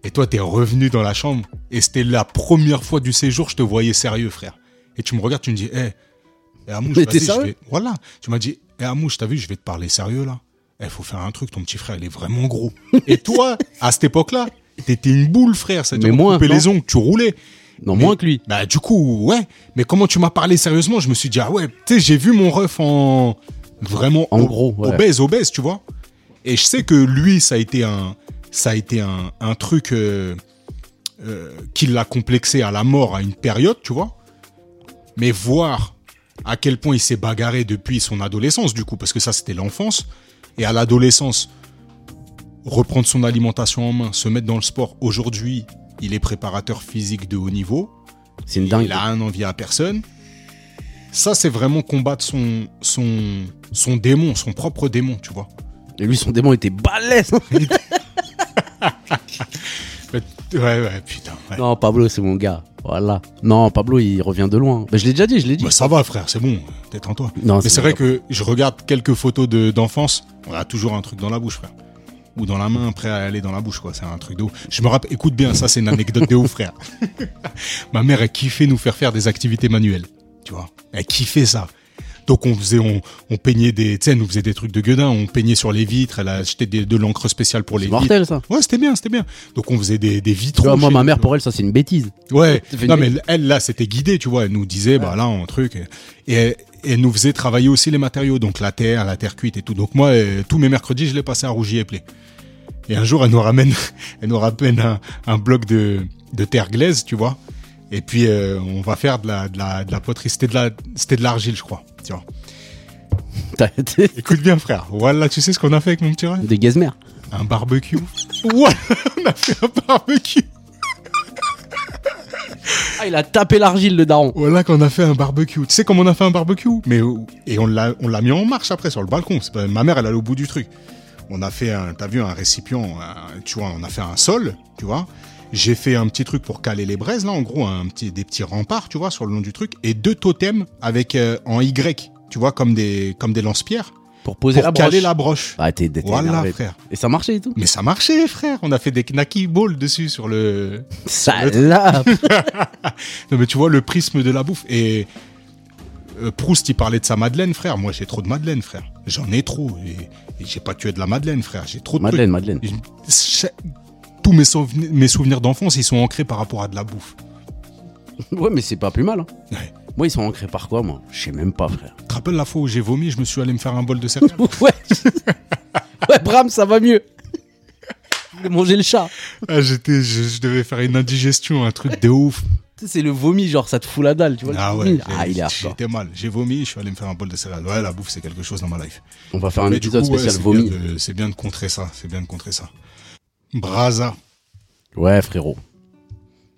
S2: Et toi, t'es revenu dans la chambre. Et c'était la première fois du séjour, je te voyais sérieux, frère. Et tu me regardes, tu me dis, hé, Amouche,
S3: Mais
S2: vas-y,
S3: t'es
S2: je
S3: sérieux
S2: vais. Voilà. Tu m'as dit, hé, Amouche, t'as vu, je vais te parler sérieux, là. Eh, faut faire un truc, ton petit frère, il est vraiment gros. Et toi, à cette époque-là, t'étais une boule, frère. C'est-à-dire,
S3: Mais
S2: on
S3: moins,
S2: coupait
S3: non
S2: les ongles, tu roulais.
S3: Non,
S2: Mais-
S3: moins que lui.
S2: Bah du coup, ouais. Mais comment tu m'as parlé sérieusement Je me suis dit, ah ouais, tu sais, j'ai vu mon ref en... Vraiment
S3: En
S2: ob-
S3: gros, ouais.
S2: obèse, obèse, tu vois. Et je sais que lui, ça a été un, ça a été un, un truc euh, euh, qui l'a complexé à la mort à une période, tu vois. Mais voir à quel point il s'est bagarré depuis son adolescence, du coup, parce que ça, c'était l'enfance. Et à l'adolescence, reprendre son alimentation en main, se mettre dans le sport. Aujourd'hui, il est préparateur physique de haut niveau.
S3: C'est une
S2: Il-
S3: dingue.
S2: Il a un envie à personne. Ça, c'est vraiment combattre son, son, son démon, son propre démon, tu vois.
S3: Et lui, son démon était balèze.
S2: Ouais, ouais, putain. ouais.
S3: non, Pablo, c'est mon gars. Voilà. Non, Pablo, il revient de loin. Bah, je l'ai déjà dit, je l'ai dit.
S2: Bah, ça va, frère, c'est bon, t'es en toi.
S3: Non,
S2: Mais c'est vrai que je regarde quelques photos de- d'enfance, on a toujours un truc dans la bouche, frère. Ou dans la main, prêt à aller dans la bouche, quoi. C'est un truc de ouf. Je me rappelle, écoute bien, ça, c'est une anecdote de ouf, frère. Ma mère, elle kiffait nous faire faire des activités manuelles, tu vois. Elle kiffait ça. Donc, on faisait, on, on peignait des, tu sais, elle nous faisait des trucs de gueudin, on peignait sur les vitres, elle a acheté des- de l'encre spéciale pour les
S3: C'est
S2: vitres.
S3: mortel, ça.
S2: Ouais, c'était bien, c'était bien. Donc, on faisait des, des vitraux.
S3: Tu vois, moi,
S2: chez
S3: ma
S2: nous,
S3: mère,
S2: tu vois.
S3: pour elle, ça, c'est une bêtise.
S2: Ouais,
S3: Ça fait
S2: non
S3: une-
S2: mais elle- elle là c'était guidé, tu vois, elle nous disait bah là un truc et et elle, elle nous faisait travailler aussi les matériaux, donc la terre, la terre cuite et tout. Donc moi euh, tous mes mercredis je les passais à Rougy et Play. Et un jour elle nous ramène, elle nous ramène un, un bloc de, de terre glaise, tu vois. Et puis euh, on va faire de la, de la, de la poterie, c'était de la c'était de l'argile je crois, tu vois.
S3: T'as t'es-
S2: Écoute bien frère, voilà tu sais ce qu'on a fait avec mon petit rêve
S3: des gazmères.
S2: un barbecue. Ouais, on a fait un barbecue.
S3: Ah, il a tapé l'argile, le daron.
S2: Voilà qu'on a fait un barbecue. Tu sais comment on a fait un barbecue Mais et on l'a on l'a mis en marche après sur le balcon. C'est pas- ma mère elle allait au bout du truc. On a fait un t'as vu un récipient, un- tu vois, on a fait un sol, tu vois. J'ai fait un petit truc pour caler les braises là, en gros un petit des petits remparts, tu vois, sur le long du truc et deux totems avec euh, en Y, tu vois comme des comme des lance-pierres
S3: Pour poser
S2: pour
S3: la
S2: caler
S3: broche.
S2: la broche.
S3: Ah, t'es t'es
S2: voilà
S3: énervé.
S2: frère.
S3: Et ça marchait et tout.
S2: Mais ça marchait frère, on a fait des knacky balls dessus sur le
S3: Ça, là.
S2: Non, mais tu vois le prisme de la bouffe. Et euh, Proust, il parlait de sa madeleine, frère. Moi, j'ai trop de madeleine, frère. J'en ai trop. Et, et j'ai pas tué de la madeleine, frère. J'ai trop de
S3: Madeleine, Madeleine.
S2: trucs. Et je- cha- Tous mes, souveni- mes souvenirs d'enfance, ils sont ancrés par rapport à de la bouffe.
S3: Ouais, mais c'est pas plus mal. hein.
S2: Ouais.
S3: Moi, ils sont ancrés par quoi, moi Je sais même pas, frère.
S2: Tu te rappelles la fois où j'ai vomi, je me suis allé me faire un bol de céréales
S3: Ouais. ouais, Bram, ça va mieux. J'ai mangé le chat.
S2: Ah, j'étais, je, je devais faire une indigestion, un truc de ouf.
S3: Tu sais, c'est le vomi, genre, ça te fout la dalle, tu vois. le
S2: Ah
S3: vomi.
S2: ouais,
S3: ah,
S2: j'ai-
S3: il est hardcore.
S2: j'étais mal. J'ai vomi, je suis allé me faire un bol de céréales. Ouais, la bouffe, c'est quelque chose dans ma life.
S3: On va faire un
S2: Mais du
S3: épisode
S2: coup, ouais,
S3: spécial
S2: c'est
S3: vomi.
S2: bien de- C'est bien de contrer ça. C'est bien de contrer ça. Braza.
S3: Ouais, frérot.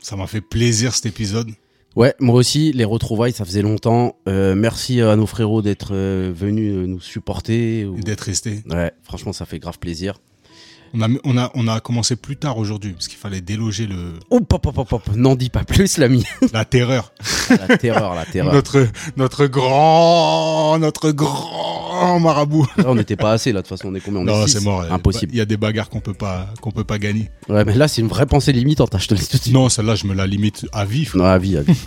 S2: Ça m'a fait plaisir cet épisode.
S3: Ouais, moi aussi, les retrouvailles, ça faisait longtemps. Euh, merci à nos frérots d'être euh, venus euh, nous supporter. ou-
S2: et d'être resté.
S3: Ouais, franchement, ça fait grave plaisir.
S2: On a, on a, on a commencé plus tard aujourd'hui parce qu'il fallait déloger le,
S3: Oh, pop, pop, pop, pop. N'en dis pas plus, l'ami.
S2: la terreur.
S3: la terreur, la terreur.
S2: Notre, notre grand, notre grand marabout.
S3: Là, on n'était pas assez, là, de toute façon, on est combien on est
S2: non,
S3: six.
S2: c'est mort.
S3: Impossible.
S2: Il y a des bagarres qu'on peut pas, qu'on peut pas gagner.
S3: Ouais, mais là, c'est une vraie pensée limitante, hein, je te laisse tout de suite.
S2: Non, celle-là, je me la limite à vif.
S3: Non, à vie, à vie.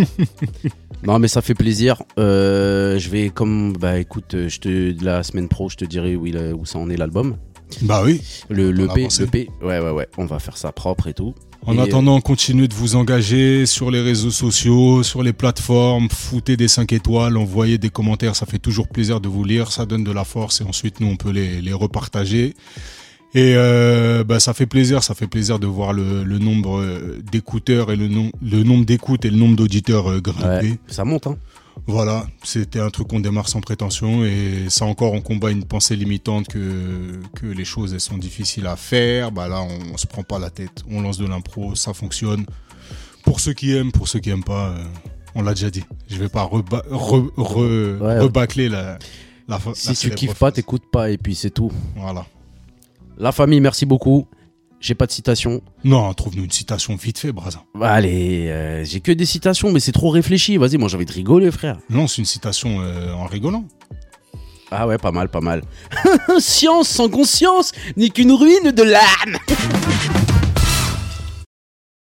S3: non, mais ça fait plaisir. Euh, je vais, comme, bah écoute, euh, je te, la semaine pro, je te dirai où, il, a- où ça en est l'album.
S2: Bah oui.
S3: Le, le
S2: On a
S3: P,
S2: avancé.
S3: le P. Ouais, ouais, ouais. On va faire ça propre et tout.
S2: En
S3: Et, euh,
S2: attendant, continuez de vous engager sur les réseaux sociaux, sur les plateformes, foutez des 5 étoiles, envoyez des commentaires, ça fait toujours plaisir de vous lire, ça donne de la force et ensuite nous on peut les, les repartager. Et euh, bah, ça fait plaisir, ça fait plaisir de voir le, le nombre euh, d'écouteurs et le, nom- le nombre d'écoutes et le nombre d'auditeurs euh,
S3: euh,
S2: grimper.
S3: ouais, ça monte, hein.
S2: Voilà, c'était un truc qu'on démarre sans prétention et ça encore on combat une pensée limitante que, que les choses elles sont difficiles à faire. Bah là on, on se prend pas la tête, on lance de l'impro, ça fonctionne. Pour ceux qui aiment, pour ceux qui aiment pas, euh, on l'a déjà dit. Je vais pas reba- re- re-
S3: Ouais.
S2: rebâcler la, la fa- la
S3: Si tu
S2: célèbre
S3: kiffes pas,
S2: phrase.
S3: t'écoutes pas, et puis c'est tout.
S2: Voilà.
S3: La famille, merci beaucoup. J'ai pas de citation.
S2: Non, trouve-nous une citation vite fait, Brazin.
S3: Bah, allez, euh, j'ai que des citations, mais c'est trop réfléchi. Vas-y, moi j'ai envie de rigoler, frère.
S2: Lance une citation euh, en rigolant.
S3: Ah ouais, pas mal, pas mal. Science sans conscience n'est qu'une ruine de l'âme.